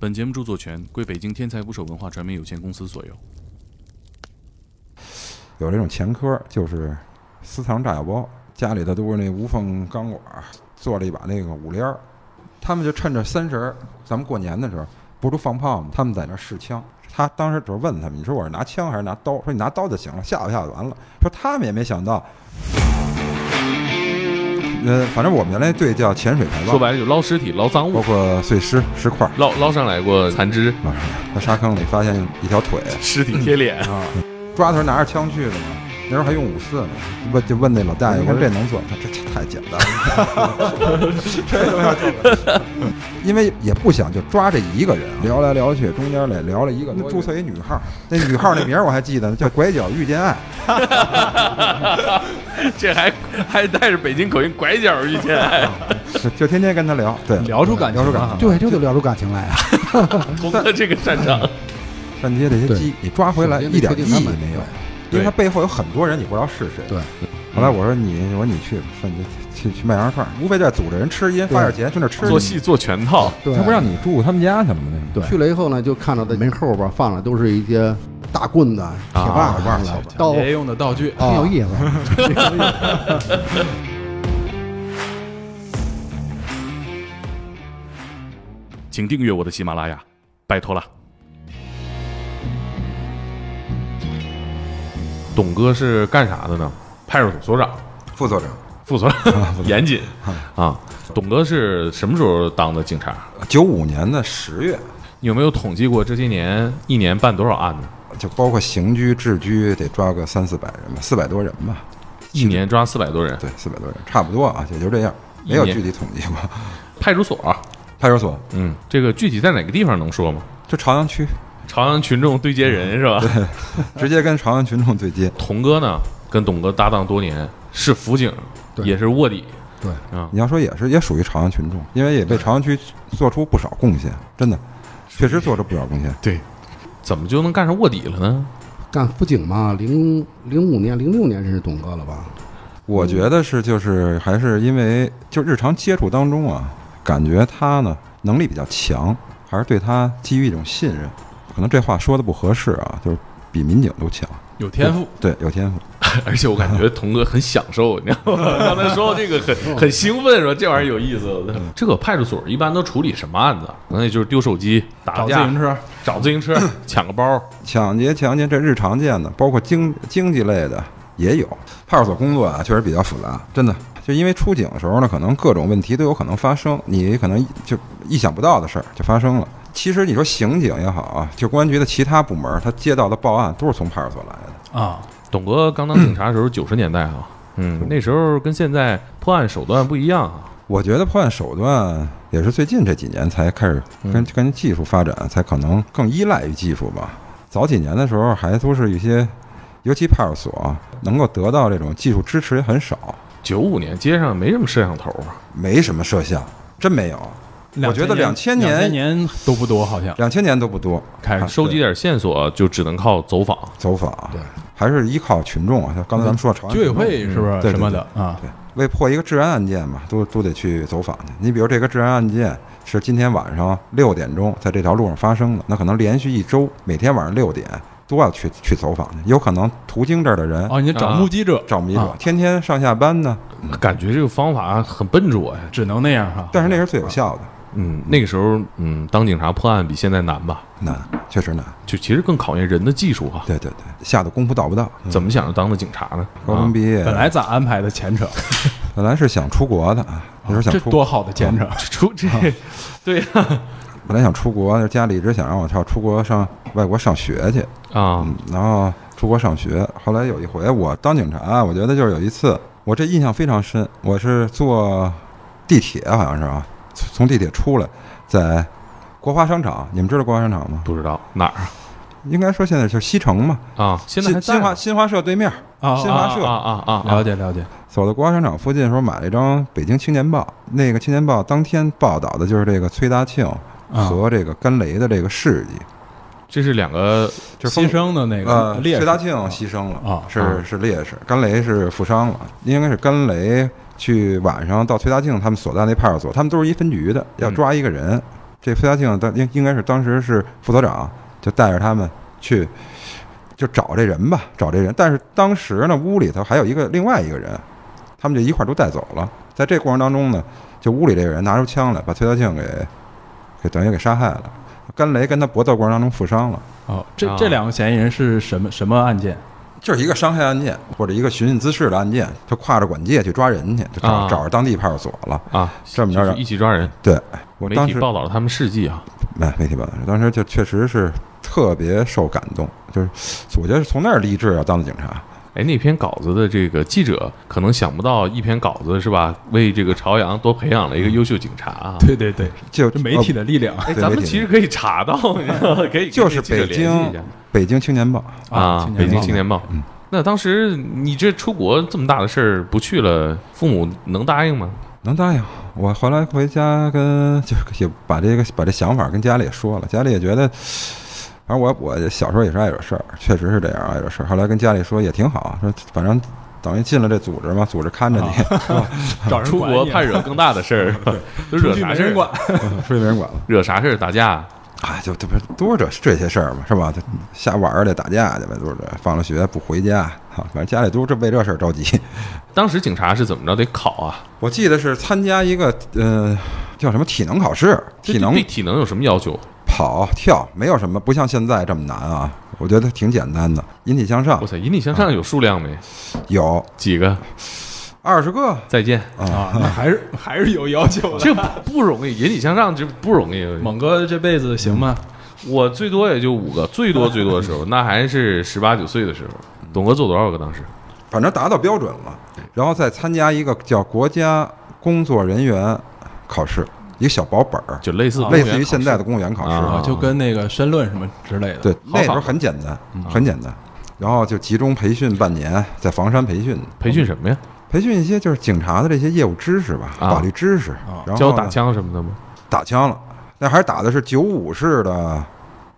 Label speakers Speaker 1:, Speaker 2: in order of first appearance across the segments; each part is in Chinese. Speaker 1: 本节目著作权归北京天才捕手文化传媒有限公司所有。
Speaker 2: 有这种前科，就是私藏炸药包，家里头都是那无缝钢管，做了一把那个五连儿。他们就趁着三十儿，咱们过年的时候，不都放炮吗？他们在那儿试枪。他当时就是问他们，你说我是拿枪还是拿刀？说你拿刀就行了，吓唬吓唬完了。说他们也没想到，呃，反正我们原来队叫潜水排
Speaker 3: 说
Speaker 2: 浪，
Speaker 3: 白了就捞尸体、捞赃
Speaker 2: 包
Speaker 3: 物、
Speaker 2: 括碎尸、尸块儿。
Speaker 3: 捞捞上来过残肢、
Speaker 2: 啊，在沙坑里发现一条腿，
Speaker 3: 尸体贴脸。
Speaker 2: 抓的时候拿着枪去的嘛，那时候还用五四呢。问就问那老大爷，我说这能做吗？他说这这太简单了，这都要做不了。 因为也不想就抓这一个人、啊，聊来聊去，中间得聊了一个多月，注册一女号， 那女号那名儿我还记得呢，叫拐角遇见爱。
Speaker 3: 这还还带着北京口音，拐角遇见爱，
Speaker 2: 就就天天跟他聊，对，
Speaker 4: 聊出感情
Speaker 2: 聊出感
Speaker 4: 了
Speaker 1: 啊
Speaker 2: 情，
Speaker 5: 对，这就聊出感情来 啊！
Speaker 3: 同的这个战场。
Speaker 2: 上街这些鸡，你抓回来
Speaker 5: 对
Speaker 2: 一点意
Speaker 5: 那
Speaker 2: 义
Speaker 5: 确定他们
Speaker 2: 没有，
Speaker 3: 对
Speaker 2: 因为他背后有很多人，你不知道是谁。
Speaker 5: 对。
Speaker 2: 后来我说你，我说你去吧，说你去去去卖羊肉串儿，无非就是组织人吃一人发点钱去那儿吃去。
Speaker 3: 做戏做全套，
Speaker 5: 对，
Speaker 4: 他不让你住他们家去了吗？那
Speaker 5: 去了以后呢，就看到在门口边放的都是一些大棍子、铁
Speaker 2: 啊
Speaker 5: 棒
Speaker 2: 铁棒
Speaker 5: 子
Speaker 2: 小哎棒、
Speaker 5: 刀，啊
Speaker 4: 爷用的道具，
Speaker 5: 挺有意思。
Speaker 1: 请订阅我的喜马拉雅，拜托了。
Speaker 3: 董哥是干啥的呢？派出所所长、
Speaker 2: 副所长，
Speaker 3: 副所长， 严谨啊。董哥是什么时候当的警察？
Speaker 2: 九五年的十月，
Speaker 3: 你有没有统计过这些年一年办多少案呢？
Speaker 2: 就包括刑拘、治拘，得抓个三四百人吧，四百多人吧。
Speaker 3: 一年抓四百多人，
Speaker 2: 对，四百多人，差不多啊，也就这样，
Speaker 3: 一
Speaker 2: 没有
Speaker 3: 年
Speaker 2: 具体统计过。
Speaker 3: 派出所，
Speaker 2: 派出所
Speaker 3: 嗯，这个具体在哪个地方能说吗？
Speaker 2: 就朝阳 区，
Speaker 3: 朝阳群众对接人是吧？
Speaker 2: 直接跟朝阳群众对接。
Speaker 3: 童哥呢，跟董哥搭档多年，是辅警，
Speaker 5: 对
Speaker 3: 也是卧底，
Speaker 5: 对
Speaker 3: 啊，
Speaker 2: 你要说也是，也属于朝阳群众，因为也为朝阳区做出不少贡献，真的，确实做出不少贡献。
Speaker 3: 怎么就能干上卧底了呢？
Speaker 5: 干辅警嘛，零零五年、零六年认识董哥了吧？
Speaker 2: 我觉得是，就是还是因为就日常接触当中啊，感觉他呢能力比较强，还是对他基于一种信任。可能这话说的不合适啊，就是比民警都强，
Speaker 4: 有天赋，
Speaker 2: 对，有天赋。
Speaker 3: 而且我感 觉童哥很享受，你知道吗？刚才说到这个
Speaker 4: 嗯
Speaker 3: 很很兴奋，说这玩意儿有意思。这个派出所一般都处理什么案子？可能也就是丢手机、打
Speaker 4: 找自
Speaker 3: 架、
Speaker 4: 行车，
Speaker 3: 找自行 车、抢个包。
Speaker 2: 抢劫、强奸这日常见的，包括经经济类的也有。派出所工作啊，确实比较复杂，真的。就因为出警的时候呢，可能各种问题都有可能发生，你可能一就意想不到的事儿就发生了。其实你说刑警也好啊，就公安局的其他部门儿，他接到的报案都是从派出所来的。
Speaker 4: 啊，
Speaker 3: 董哥刚当警察的时候，九十年代啊，嗯，那时候跟现在破案手段不一样啊。
Speaker 2: 我觉得破案手段也是最近这几年才开始跟跟技术发展，才可能更依赖于技术吧。早几年的时候，还都是一些，尤其派出所啊能够得到这种技术支持也很少，
Speaker 3: 九五年街上没什么摄像头啊，
Speaker 2: 没什么摄像，真没有，我觉得
Speaker 4: 2000
Speaker 2: 2000
Speaker 4: 年
Speaker 2: 年
Speaker 4: 年都不多，好像
Speaker 2: 两千年都不多。
Speaker 4: 开始
Speaker 2: 啊
Speaker 3: 收集点线索就只能靠走访。
Speaker 2: 走访，对，还是依靠群众啊。像刚才咱们说朝阳
Speaker 4: 居委
Speaker 2: 群众
Speaker 4: 会是不是
Speaker 2: 对对
Speaker 4: 什么的
Speaker 2: 对
Speaker 4: 啊？
Speaker 2: 对，为破一个治安案件嘛，都都得去走访去。你比如这个治安案件是今天晚上六点钟在这条路上发生的，那可能连续一周，每天晚上六点都要去去走访去，有可能途经这儿的人
Speaker 4: 哦，你找目击者，
Speaker 2: 找迷
Speaker 4: 啊
Speaker 2: 路，天天上下班呢。
Speaker 4: 嗯
Speaker 3: 感觉这个方法很笨拙呀。
Speaker 4: 只能那样哈。
Speaker 2: 但是那是最有效的，
Speaker 4: 啊
Speaker 3: 嗯，那个时候，嗯，当警察破案比现在难吧？
Speaker 2: 难，确实难。
Speaker 3: 就其实更考验人的技术啊。
Speaker 2: 对对对，下的功夫到不到？
Speaker 3: 怎么想着当的警察呢？
Speaker 2: 嗯高中
Speaker 3: 啊
Speaker 2: 毕业，
Speaker 4: 本来咋安排的前程？
Speaker 2: 本来是想出国的啊，那时候想
Speaker 4: 这
Speaker 2: 出
Speaker 4: 多好的前程！
Speaker 3: 出这，对呀
Speaker 2: 本来想出国，家里一直想让我跳出国上外国上学去，
Speaker 3: 啊，
Speaker 2: 嗯，然后出国上学。后来有一回我当警察，我觉得就是有一次，我这印象非常深。我是坐地铁，好像是啊，从从地铁出来，在国华商场，你们知道国华商场吗？
Speaker 3: 不知道哪儿
Speaker 2: 应该说现在就是西城嘛，
Speaker 3: 啊？现在还
Speaker 2: 新
Speaker 3: 在
Speaker 2: 新华
Speaker 3: 吗
Speaker 2: 新华社对面，
Speaker 4: 啊
Speaker 2: 新
Speaker 3: 啊
Speaker 2: 华社
Speaker 3: 啊啊啊啊！
Speaker 4: 了解了解，
Speaker 2: 走到国华商场附近的时候，买了一张《北京青年报》，那个《青年报》当天报道的就是这个崔大庆
Speaker 4: 啊
Speaker 2: 和这个甘雷的这个事迹。
Speaker 3: 这是两个
Speaker 2: 就是
Speaker 4: 牺牲的那个
Speaker 2: 呃，
Speaker 4: 烈士
Speaker 2: 崔大庆牺牲了
Speaker 4: 啊
Speaker 2: 是是烈士，甘雷是负伤了，应该是甘
Speaker 4: 嗯
Speaker 2: 雷去晚上到崔大庆他们所在那派出所，他们都是一分局的，要抓一个人。这傅家庆当应应该是当时是副所长，就带着他们去就找这人吧，找这人。但是当时呢，屋里头还有一个另外一个人，他们就一块儿都带走了。在这过程当中呢，就屋里这个人拿出枪来，把崔家庆给给等于给杀害了。甘雷跟他搏斗过程当中负伤了，
Speaker 4: 哦，这
Speaker 3: 啊
Speaker 4: 这两个嫌疑人是什么什么案件？
Speaker 2: 就是一个伤害案件或者一个寻衅滋事的案件，就跨着管界去抓人去，就找、
Speaker 3: 啊
Speaker 2: 找着当地派出所了。
Speaker 3: 啊，
Speaker 2: 这么着
Speaker 3: 就是
Speaker 2: 让
Speaker 3: 一起抓人，
Speaker 2: 对我
Speaker 3: 媒
Speaker 2: 当
Speaker 3: 体
Speaker 2: 时
Speaker 3: 报道了他们事迹啊，
Speaker 2: 哎，媒体报道，当时就确实是特别受感动，就是我觉得是从那儿立志要当的警察。
Speaker 3: 哎，那篇稿子的这个记者可能想不到，一篇稿子是吧，为这个朝阳多培养了一个优秀警察啊。
Speaker 4: 对对对，
Speaker 2: 就哦
Speaker 4: 这媒体的力量
Speaker 3: 哎，
Speaker 2: 对
Speaker 3: 咱
Speaker 2: 媒
Speaker 3: 们
Speaker 2: 体
Speaker 3: 其实可以查到， 你知道吗可以跟
Speaker 2: 就是
Speaker 3: 那记者
Speaker 2: 北
Speaker 3: 联系一
Speaker 2: 京
Speaker 3: 下
Speaker 2: 北京青年报，
Speaker 3: 啊，
Speaker 4: 年
Speaker 3: 北京
Speaker 4: 报
Speaker 3: 青年报。
Speaker 2: 嗯
Speaker 3: 那当时你这出国这么大的事儿不去了，父母能答应吗？
Speaker 2: 能答应我。后来回家跟就是也把这个把这想法跟家里也说了，家里也觉得，反正我我小时候也是爱惹事儿，确实是这样爱惹事儿。后来跟家里说也挺好，说反正等于进了这组织嘛，组织看着
Speaker 3: 啊
Speaker 2: 你，
Speaker 4: 找人
Speaker 3: 出
Speaker 4: 管
Speaker 3: 国
Speaker 4: 你啊
Speaker 3: 怕惹更大的事 儿，都惹
Speaker 4: 出去
Speaker 3: 啥
Speaker 4: 没
Speaker 3: 事
Speaker 4: 人
Speaker 3: 儿？
Speaker 4: 管，
Speaker 2: 出去没人管了。
Speaker 3: 惹啥事儿？打架？
Speaker 2: 哎，就这不是多着这些事儿嘛，是吧？就瞎玩儿去，打架去呗，都是放了学不回家，啊，反正家里都是为这事儿着急。
Speaker 3: 当时警察是怎么着？得考啊？
Speaker 2: 我记得是参加一个呃叫什么体能考试，体能
Speaker 3: 对体能有什么要求？
Speaker 2: 跑跳没有什么，不像现在这么难啊。我觉得挺简单的，引体向上
Speaker 3: 哇塞，引体向上有数量没？
Speaker 2: 有
Speaker 3: 几个？
Speaker 2: 二十个，
Speaker 3: 再见。
Speaker 4: 啊，那还是还是有要求的。
Speaker 3: 这不容易，引体向上这不容易。
Speaker 4: 猛哥这辈子行吗？
Speaker 3: 我最多也就五个，最多最多的时候，那还是十八九岁的时候。董哥做多少个？当时
Speaker 2: 反正达到标准了，然后再参加一个叫国家工作人员考试，一个小薄本儿，
Speaker 3: 就类似
Speaker 2: 类似于现在的公务员考试。
Speaker 3: 啊
Speaker 4: 啊，就跟那个申论什么之类的。
Speaker 2: 对，那时
Speaker 3: 考
Speaker 2: 候很简单，
Speaker 3: 嗯
Speaker 2: 很简单。然后就集中培训半年，在房山培训，
Speaker 3: 培训什么呀？
Speaker 2: 培训一些就是警察的这些业务知识吧，
Speaker 3: 啊
Speaker 2: 法律知识，然后
Speaker 3: 教
Speaker 2: 呢
Speaker 3: 打枪什么的吗？
Speaker 2: 打枪了，那还是打的是九五式的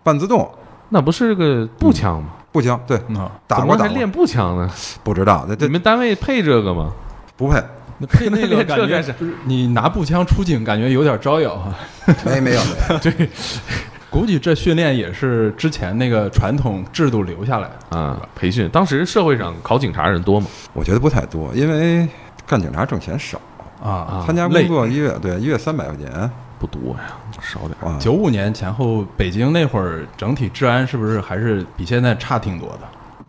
Speaker 2: 半自动
Speaker 3: 那不是个步枪吗？
Speaker 2: 步枪，对，
Speaker 4: 嗯啊，
Speaker 2: 嗯打
Speaker 3: 怎
Speaker 2: 过
Speaker 3: 么
Speaker 2: 打
Speaker 3: 还
Speaker 2: 过，
Speaker 3: 练步枪呢？
Speaker 2: 不知道，那
Speaker 3: 你
Speaker 2: 这
Speaker 3: 们单位配这个吗？
Speaker 2: 不配，
Speaker 4: 那配 那个
Speaker 3: 练这
Speaker 4: 感觉
Speaker 3: 干啥，
Speaker 4: 不是你拿步枪出警，感觉有点招摇啊。
Speaker 2: 没没有没有，
Speaker 4: 估计这训练也是之前那个传统制度留下来的。
Speaker 3: 啊，培训。当时社会上考警察人多吗？
Speaker 2: 我觉得不太多，因为干警察挣钱少，
Speaker 4: 啊
Speaker 3: 啊
Speaker 2: 参加
Speaker 4: 累
Speaker 2: 工作一月对一月三百块钱
Speaker 3: 不多呀，少点儿。
Speaker 2: 啊，
Speaker 4: 九五年前后，北京那会儿整体治安是不是还是比现在差挺多的？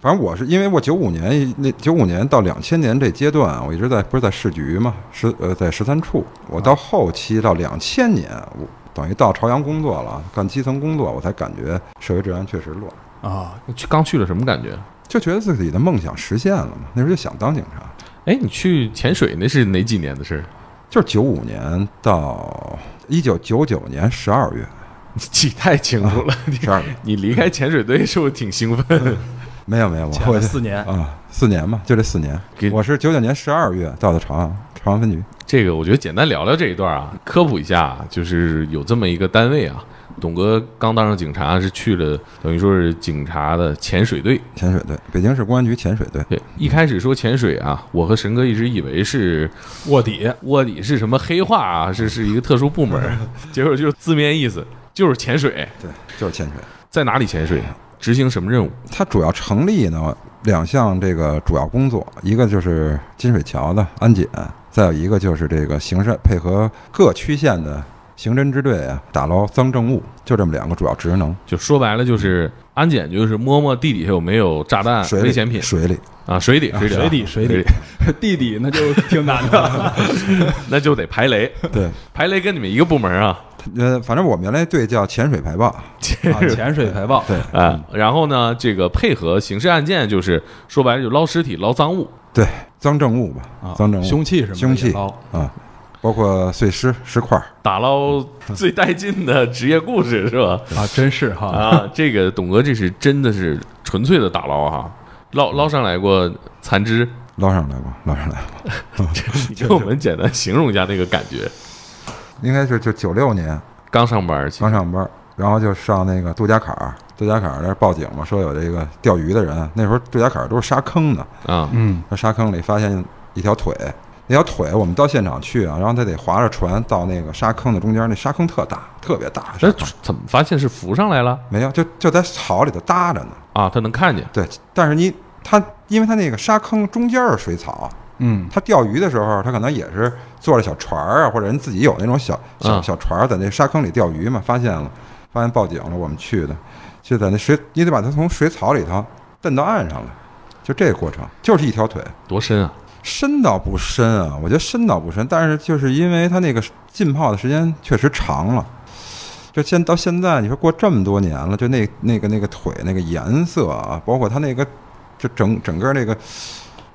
Speaker 2: 反正我是因为我九五年那九五年到两千年这阶段，我一直在不是在市局嘛，十呃在十三处，我到后期到两千年，我等于到朝阳工作了，干基层工作，我才感觉社会治安确实乱，
Speaker 4: 啊，
Speaker 3: 去刚去了什么感觉？
Speaker 2: 就觉得自己的梦想实现了嘛，那时候就想当警察，
Speaker 3: 哎，你去潜水那是哪几年的事儿？
Speaker 2: 就是九五年到一九九九年十二月，
Speaker 3: 你记太清楚 了。你
Speaker 2: 十二月
Speaker 3: 你离开潜水队是不是挺兴奋？
Speaker 2: 没有没有，我
Speaker 4: 前
Speaker 2: 会
Speaker 4: 四年
Speaker 2: 啊四年嘛，就这四年
Speaker 3: 给，
Speaker 2: 我是九九年十二月到的朝阳朝阳分局，
Speaker 3: 这个我觉得简单聊聊这一段啊，科普一下啊，就是有这么一个单位啊，董哥刚当上警察是去了，等于说是警察的潜水队。
Speaker 2: 潜水队，北京市公安局潜水队。
Speaker 3: 对，一开始说潜水啊，我和神哥一直以为是
Speaker 4: 卧底
Speaker 3: 卧底是什么黑化啊，是是一个特殊部门儿， 结果就是字面意思就是潜水，
Speaker 2: 对，就是潜水。
Speaker 3: 在哪里潜水，执行什么任务
Speaker 2: 它主要成立呢两项这个主要工作，一个就是金水桥的安检，再有一个就是这个刑侦配合各区县的刑侦支队啊，打捞赃证物，就这么两个主要职能。
Speaker 3: 就说白了就是安检，就是摸摸地底下有没有炸弹、
Speaker 2: 啊水
Speaker 3: 啊危
Speaker 2: 里
Speaker 3: 险品
Speaker 2: 水里
Speaker 3: 啊，水底、水底、
Speaker 4: 水底水底，弟弟那就挺难 的。
Speaker 3: 那就得排雷。
Speaker 2: 对，
Speaker 3: 排雷跟你们一个部门啊，
Speaker 2: 呃，反正我们原来队叫潜水排爆，
Speaker 4: 啊潜水排爆，
Speaker 2: 对
Speaker 3: 啊，然后呢，这个配合刑事案件，就是说白了就捞尸体、捞赃物，
Speaker 2: 对，赃证物吧，
Speaker 4: 啊，
Speaker 2: 赃证物，
Speaker 4: 凶器什么的
Speaker 2: 凶器
Speaker 4: 也捞
Speaker 2: 啊，包括碎尸、尸块儿，
Speaker 3: 打捞最带劲的职业故事是吧？
Speaker 4: 啊，真是哈，
Speaker 3: 啊，这个董哥这是真的是纯粹的打捞哈、捞捞上来过残肢，
Speaker 2: 捞上来吧，捞上来吧，
Speaker 3: 你给我们简单形容一下那个感觉。
Speaker 2: 应该是就九六年
Speaker 3: 刚上班，
Speaker 2: 刚上班儿，然后就上那个杜家坎儿，杜家坎儿那儿报警嘛，说有这个钓鱼的人。那时候杜家坎儿都是沙坑的，
Speaker 3: 啊，
Speaker 4: 嗯，
Speaker 2: 那沙坑里发现一条腿，那条腿我们到现场去啊，然后他得划着船到那个沙坑的中间，那沙坑特大，特别大，
Speaker 3: 那
Speaker 2: 沙坑
Speaker 3: 怎么发现是浮上来了
Speaker 2: 没有，就就在草里头搭着呢。
Speaker 3: 啊？他能看见
Speaker 2: 对，但是你他因为他那个沙坑中间是水草，
Speaker 4: 嗯，
Speaker 2: 他钓鱼的时候，他可能也是坐着小船儿啊，或者人自己有那种小小
Speaker 3: 嗯
Speaker 2: 小船儿在那沙坑里钓鱼嘛，发现了，发现报警了，我们去的，就在那水，你得把它从水草里头蹬到岸上来，就这个过程，就是一条腿，
Speaker 3: 多深啊？
Speaker 2: 深倒不深啊，我觉得深倒不深，但是就是因为它那个浸泡的时间确实长了，就现到现在，你说过这么多年了，就那那个那个腿那个颜色啊，包括它那个就整整个那个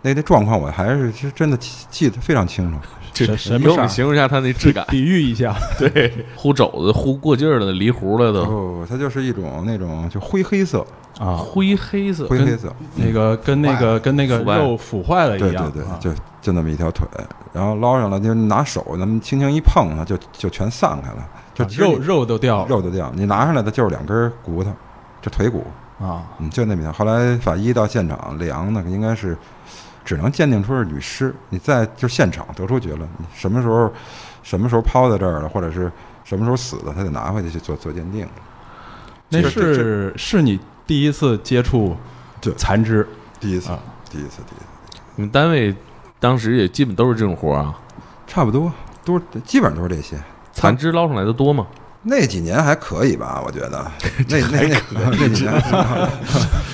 Speaker 2: 那那状况，我还是是真的记记得非常清楚。
Speaker 3: 这
Speaker 4: 什什么
Speaker 3: 给我
Speaker 4: 色儿，
Speaker 3: 们形容一下它那质感
Speaker 4: 比喻一 下，
Speaker 3: 对，呼肘子、呼过劲儿了、离糊了
Speaker 2: 不
Speaker 3: 的，
Speaker 2: 不哦不，它就是一种那种就灰黑色，
Speaker 4: 啊，
Speaker 3: 灰黑色，
Speaker 2: 灰黑
Speaker 3: 跟
Speaker 2: 色，
Speaker 4: 那个跟那个跟那个
Speaker 3: 腐败
Speaker 4: 肉腐坏了
Speaker 2: 对对
Speaker 4: 一样，
Speaker 2: 对
Speaker 4: 啊，
Speaker 2: 就就那么一条腿，然后捞上来就拿手，咱们轻轻一碰它，就就全散开了，就
Speaker 4: 啊
Speaker 2: 其实
Speaker 4: 肉
Speaker 2: 你
Speaker 4: 肉都掉了
Speaker 2: 肉都掉，你拿上来的就是两根骨头，就腿骨，
Speaker 4: 啊，
Speaker 2: 嗯，就那么一条。后来法医到现场量呢，应该是只能鉴定出是女尸。你在就现场得出结论，你什么时候什么时候抛在这儿了，或者是什么时候死的，他得拿回去去做做鉴定。
Speaker 4: 那
Speaker 2: 这这
Speaker 4: 是是你第一次接触
Speaker 2: 对
Speaker 4: 残肢
Speaker 2: 第一次
Speaker 4: 啊，
Speaker 2: 第一次，第一次，
Speaker 3: 你们单位当时也基本都是这种活儿啊。
Speaker 2: 差不多都是基本上都是这些。
Speaker 3: 残肢捞上来的多吗？
Speaker 2: 那几年还可以吧，我觉 得那那那那几 年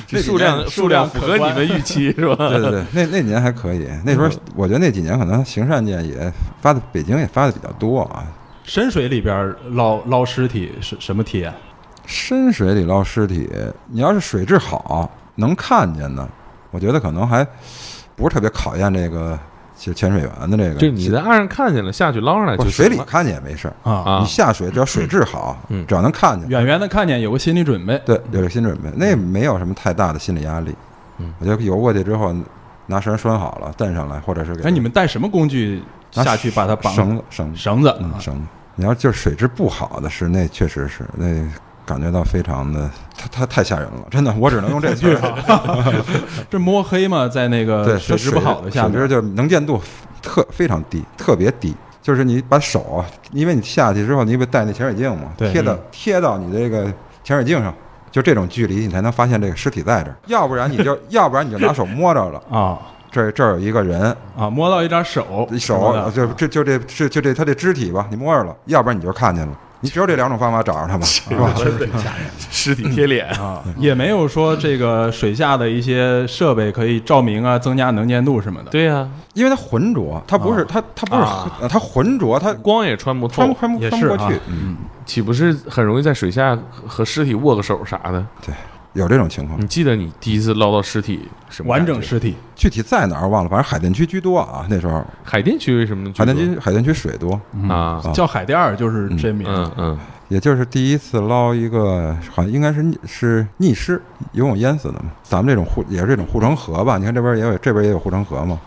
Speaker 2: 那几
Speaker 3: 数量
Speaker 2: 年
Speaker 3: 数量符合你们预 期是吧？
Speaker 2: 对对对，那那年还可以，那时候我觉得那几年可能刑事案件也发的，北京也发的比较多啊。
Speaker 4: 深水里边捞捞尸体是什么体验？
Speaker 2: 深水里捞尸体，你要是水质好，能看见的，我觉得可能还不是特别考验这个潜潜水员的这个。
Speaker 3: 就你在岸上看见了，下去捞上来
Speaker 2: 不
Speaker 3: 就
Speaker 2: 水里
Speaker 3: 行了
Speaker 2: 看见也没事儿，
Speaker 4: 啊，
Speaker 3: 啊
Speaker 2: 你，下水只要水质好，
Speaker 3: 嗯
Speaker 2: 只要能看见，
Speaker 4: 远远的看见有个心理准备，
Speaker 2: 对，有这心理准备，那没有什么太大的心理压力。
Speaker 3: 嗯，
Speaker 2: 我觉得游过去之后，拿绳拴好了，蹬上来，或者是给
Speaker 4: 哎，你们带什么工具
Speaker 2: 拿
Speaker 4: 下去把它绑
Speaker 2: 绳子绳子
Speaker 4: 绳子
Speaker 2: 嗯
Speaker 4: 啊
Speaker 2: 绳子。你要就是水质不好的是，那确实是那感觉到非常的，它它太吓人了，真的，我只能用这 句。
Speaker 4: 这摸黑嘛，在
Speaker 2: 对，
Speaker 4: 那个啊水质不好的下
Speaker 2: 水质
Speaker 4: 面，
Speaker 2: 就能见度特非常低，特别低。就是你把手啊，因为你下去之后，你不戴那潜水镜嘛，
Speaker 4: 对嗯
Speaker 2: 贴到贴到你这个潜水镜上，就这种距离，你才能发现这个尸体在这儿。要不然你 就要不然你就拿手摸着了，
Speaker 4: 啊
Speaker 2: 这儿这儿有一个人，
Speaker 4: 啊，摸到一张手什
Speaker 2: 手
Speaker 4: 么
Speaker 2: 啊
Speaker 4: 的
Speaker 2: 就这就这这就这他这肢体吧，你摸着了，要不然你就看见了。你只有这两种方法找着 他们，是吧？
Speaker 3: 尸体贴脸，
Speaker 4: 啊，也没有说这个水下的一些设备可以照明啊，增加能见度什么的。
Speaker 3: 对呀，
Speaker 2: 因为他浑浊，他不是他他不
Speaker 4: 啊
Speaker 2: 是他浑浊，他
Speaker 3: 光也穿不
Speaker 2: 穿不
Speaker 3: 透，
Speaker 2: 穿不
Speaker 4: 也
Speaker 2: 穿
Speaker 4: 是
Speaker 2: 不过
Speaker 4: 啊
Speaker 2: 去。嗯
Speaker 3: 岂不是很容易在水下和和尸体握个手啥的？
Speaker 2: 有这种情况。
Speaker 3: 你记得你第一次捞到尸体什么
Speaker 4: 完
Speaker 3: 感觉？
Speaker 4: 整尸体
Speaker 2: 具体在哪儿忘了，反正海淀区居多啊。那时候
Speaker 3: 海淀区为什么居
Speaker 2: 海
Speaker 3: 多？
Speaker 2: 淀区海淀区水多，
Speaker 4: 嗯
Speaker 3: 啊，
Speaker 2: 啊
Speaker 4: 叫海淀儿，就是这名字
Speaker 3: 嗯嗯，
Speaker 2: 也就是第一次捞一个，好像应该是溺是溺尸，游泳淹死的嘛。咱们这种护也是这种护城河吧？你看这边也有这边也有护城河嘛。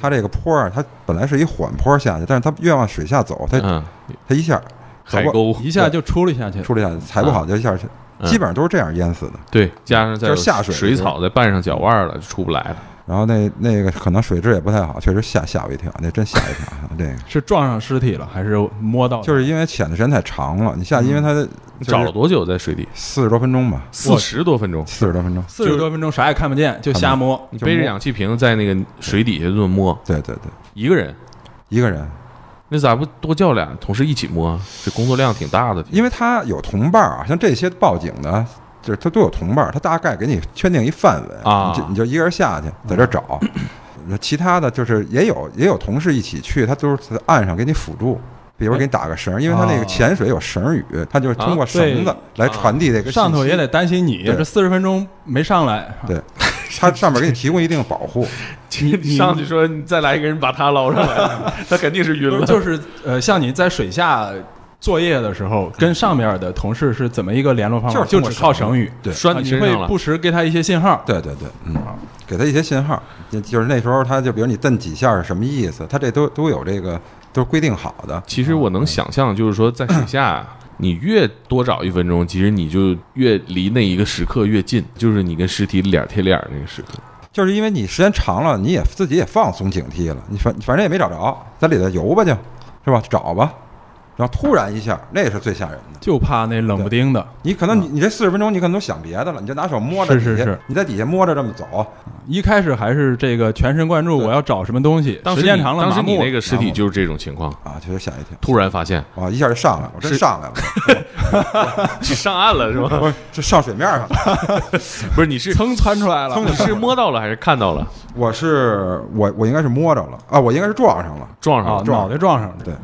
Speaker 2: 它这个坡儿，它本来是一缓坡下去，但是它越往水下走，它
Speaker 3: 嗯，
Speaker 2: 它一下走
Speaker 3: 海
Speaker 2: 不
Speaker 3: 沟
Speaker 4: 一下就出溜下去了。
Speaker 2: 出来下去，踩不好就一下去，
Speaker 3: 嗯
Speaker 2: 基本上都是这样淹死的。
Speaker 3: 对，加上再有
Speaker 2: 就是下水的
Speaker 3: 水
Speaker 2: 时候
Speaker 3: 草再绊上脚腕了，就出不来了。
Speaker 2: 然后那那个可能水质也不太好，确实吓吓我一跳，那真吓我一跳。 这个
Speaker 4: 是撞上尸体了，还是摸到的？
Speaker 2: 就是因为潜的时间太长了，你下去因为它
Speaker 3: 找了多久在水底？
Speaker 2: 四十多分钟吧，
Speaker 3: 四十多分钟。
Speaker 2: 四十多分钟。
Speaker 4: 四十多分钟啥也看不见，就瞎摸。
Speaker 3: 你背着氧气瓶在那个水底下这么摸，
Speaker 2: 对对对，
Speaker 3: 一个人，
Speaker 2: 一个人，
Speaker 3: 那咋不多叫俩同事一起摸？啊这工作量挺大的。
Speaker 2: 因为他有同伴儿啊，像这些报警的，就是他都有同伴儿，他大概给你圈定一范围
Speaker 3: 啊
Speaker 2: 你就你就一个人下去，在这儿找。
Speaker 4: 嗯
Speaker 2: 其他的就是也有也有同事一起去，他都是在岸上给你辅助，比如给你打个绳儿，因为他那个
Speaker 4: 啊
Speaker 2: 潜水有绳语，他就是通过
Speaker 4: 啊对
Speaker 2: 绳子来传递这个信息
Speaker 4: 上头也得担心你，
Speaker 2: 对
Speaker 4: 这四十分钟没上来，
Speaker 2: 对，他上面给你提供一定的保护。
Speaker 3: 你上去说你再来一个人把他捞上来，他肯定是晕了。
Speaker 4: 就是呃，像你在水下作业的时候，跟上面的同事是怎么一个联络方
Speaker 2: 就
Speaker 4: 法？
Speaker 2: 是
Speaker 4: 就
Speaker 2: 通过
Speaker 4: 只靠
Speaker 2: 绳
Speaker 4: 绳语，
Speaker 2: 对
Speaker 4: 啊
Speaker 3: 拴你
Speaker 4: 你
Speaker 3: 身上
Speaker 4: 会
Speaker 3: 了，
Speaker 4: 不时给他一些信号。
Speaker 2: 对对对，嗯，给他一些信号，就就是那时候他就比如你蹬几下是什么意思，他这都都有这个都是规定好的。
Speaker 3: 其实我能想象，就是说在水下，你越多找一分钟，其实你就越离那一个时刻越近，就是你跟尸体脸贴脸儿那个时刻。
Speaker 2: 就是因为你时间长了，你也自己也放松警惕了，你反反正也没找着，在里头游吧就，是吧？找吧，然后突然一下，那是最吓人的。
Speaker 4: 就怕那冷不丁的，
Speaker 2: 你可能你你这四十分钟，你可能都想别的了，你就拿手摸着底下，
Speaker 4: 嗯是是是
Speaker 2: 你在底下摸着这么走，
Speaker 4: 一开始还是这个全神贯注，
Speaker 2: 对
Speaker 4: 我要找什么东西，
Speaker 3: 当
Speaker 4: 时
Speaker 3: 时
Speaker 4: 间
Speaker 3: 你
Speaker 4: 长了
Speaker 3: 当时
Speaker 4: 麻
Speaker 3: 你
Speaker 4: 木
Speaker 3: 那
Speaker 4: 了。啊
Speaker 3: 个尸体就是这种情况，
Speaker 2: 啊，确实吓一跳。
Speaker 3: 突然发现
Speaker 2: 啊！一下就上来了，我真
Speaker 3: 是
Speaker 2: 上来了，
Speaker 3: 去 上岸了是 吗？
Speaker 2: 不是这上水面上了。
Speaker 3: 不是，你是
Speaker 4: 噌窜出来了，
Speaker 3: 你是摸到了还是看到了？
Speaker 2: 我是我我应该是摸着了啊，我应该是撞上了，
Speaker 3: 撞上
Speaker 4: 啊
Speaker 3: 了，，
Speaker 2: 撞
Speaker 4: 脑袋撞上了，
Speaker 2: 嗯对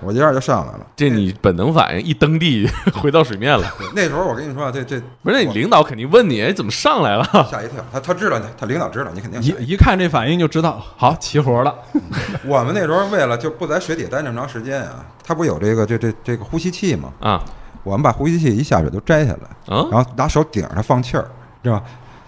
Speaker 2: 我一下就上来了。
Speaker 3: 这你本能反应一蹬地 回到水面了。
Speaker 2: 那时候我跟你说啊，这这
Speaker 3: 不是，那你领导肯定问你，哎，怎么上来了？
Speaker 2: 吓一跳，他他知道你，他领导知道你肯定吓一跳
Speaker 4: 一一看这反应就知道，好齐活了。
Speaker 2: 我们那时候为了就不在水底待那么长时间啊，它不有这个这这这个呼吸器吗？
Speaker 3: 啊
Speaker 2: 我们把呼吸器一下水都摘下来，
Speaker 3: 啊！
Speaker 2: 然后拿手顶着放气儿，知道吧？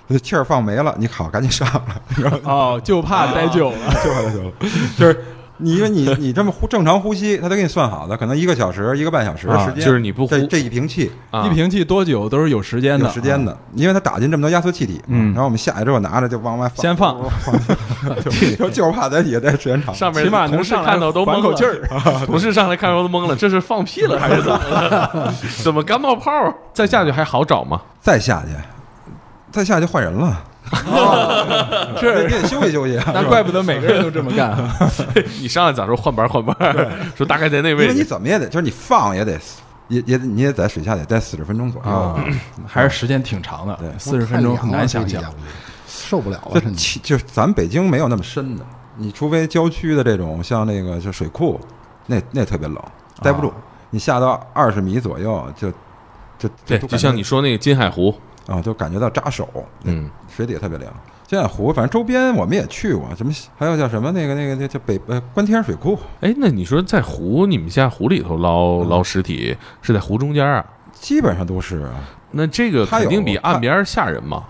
Speaker 2: 那气儿放没了，你好，赶紧上了，
Speaker 4: 哦，就怕待久了。
Speaker 2: 啊就完了就完了就是你因为你你这么呼正常呼吸，他都给你算好的，可能一个小时、一个半小时的时间，
Speaker 3: 啊就是你不呼
Speaker 2: 这这一瓶气
Speaker 3: 啊
Speaker 4: 一瓶气多久都是有时间
Speaker 2: 有
Speaker 4: 的，啊
Speaker 2: 时间的，因为它打进这么多压缩气体嘛，
Speaker 4: 嗯
Speaker 2: 然后我们下去之后拿着就往外放，
Speaker 4: 先放，
Speaker 2: 就 就怕在底下待时间长，
Speaker 3: 上面
Speaker 4: 起码能
Speaker 3: 同事
Speaker 4: 上来
Speaker 3: 看到都
Speaker 4: 缓
Speaker 3: 懵
Speaker 4: 口
Speaker 3: 了
Speaker 4: 气儿。
Speaker 3: 同事上来看到都懵了，这是放屁了还是怎么 了？怎么干冒泡儿？再下去还好找吗？
Speaker 2: 再下去，再下去就换 人了，
Speaker 4: 啊，
Speaker 2: 那
Speaker 4: 这
Speaker 2: 你得休息休息啊，
Speaker 4: 那怪不得每个人都这么干啊。
Speaker 3: 你上来咋说换班换班？说大概在那
Speaker 2: 因
Speaker 3: 位
Speaker 2: 为你
Speaker 3: 置。
Speaker 2: 怎么也得，就是你放也得，也也你也在水下得待四十分钟左右。
Speaker 4: 啊，还是时间挺长
Speaker 2: 对
Speaker 4: 的，四十分钟很难想象。，
Speaker 5: 受不了了，
Speaker 2: 这
Speaker 5: 真的。
Speaker 2: 其就是咱北京没有那么深的，你除非郊区的这种，像那个就水库，那那特别冷，待
Speaker 3: 啊
Speaker 2: 不住。你下到二十米左右就就
Speaker 3: 对，
Speaker 2: 就
Speaker 3: 就像你说那个金海湖，
Speaker 2: 啊，就感觉到扎手，
Speaker 3: 嗯，
Speaker 2: 水底特别凉。金海湖，反正周边我们也去过，什么还有叫什么那个那个那叫北呃观天水库，
Speaker 3: 哎，那你说在湖，你们下湖里头捞捞尸体是在湖中间啊？
Speaker 2: 基本上都是啊
Speaker 3: 那这个
Speaker 2: 它
Speaker 3: 肯
Speaker 2: 有
Speaker 3: 定比
Speaker 2: 它
Speaker 3: 岸边儿吓人嘛？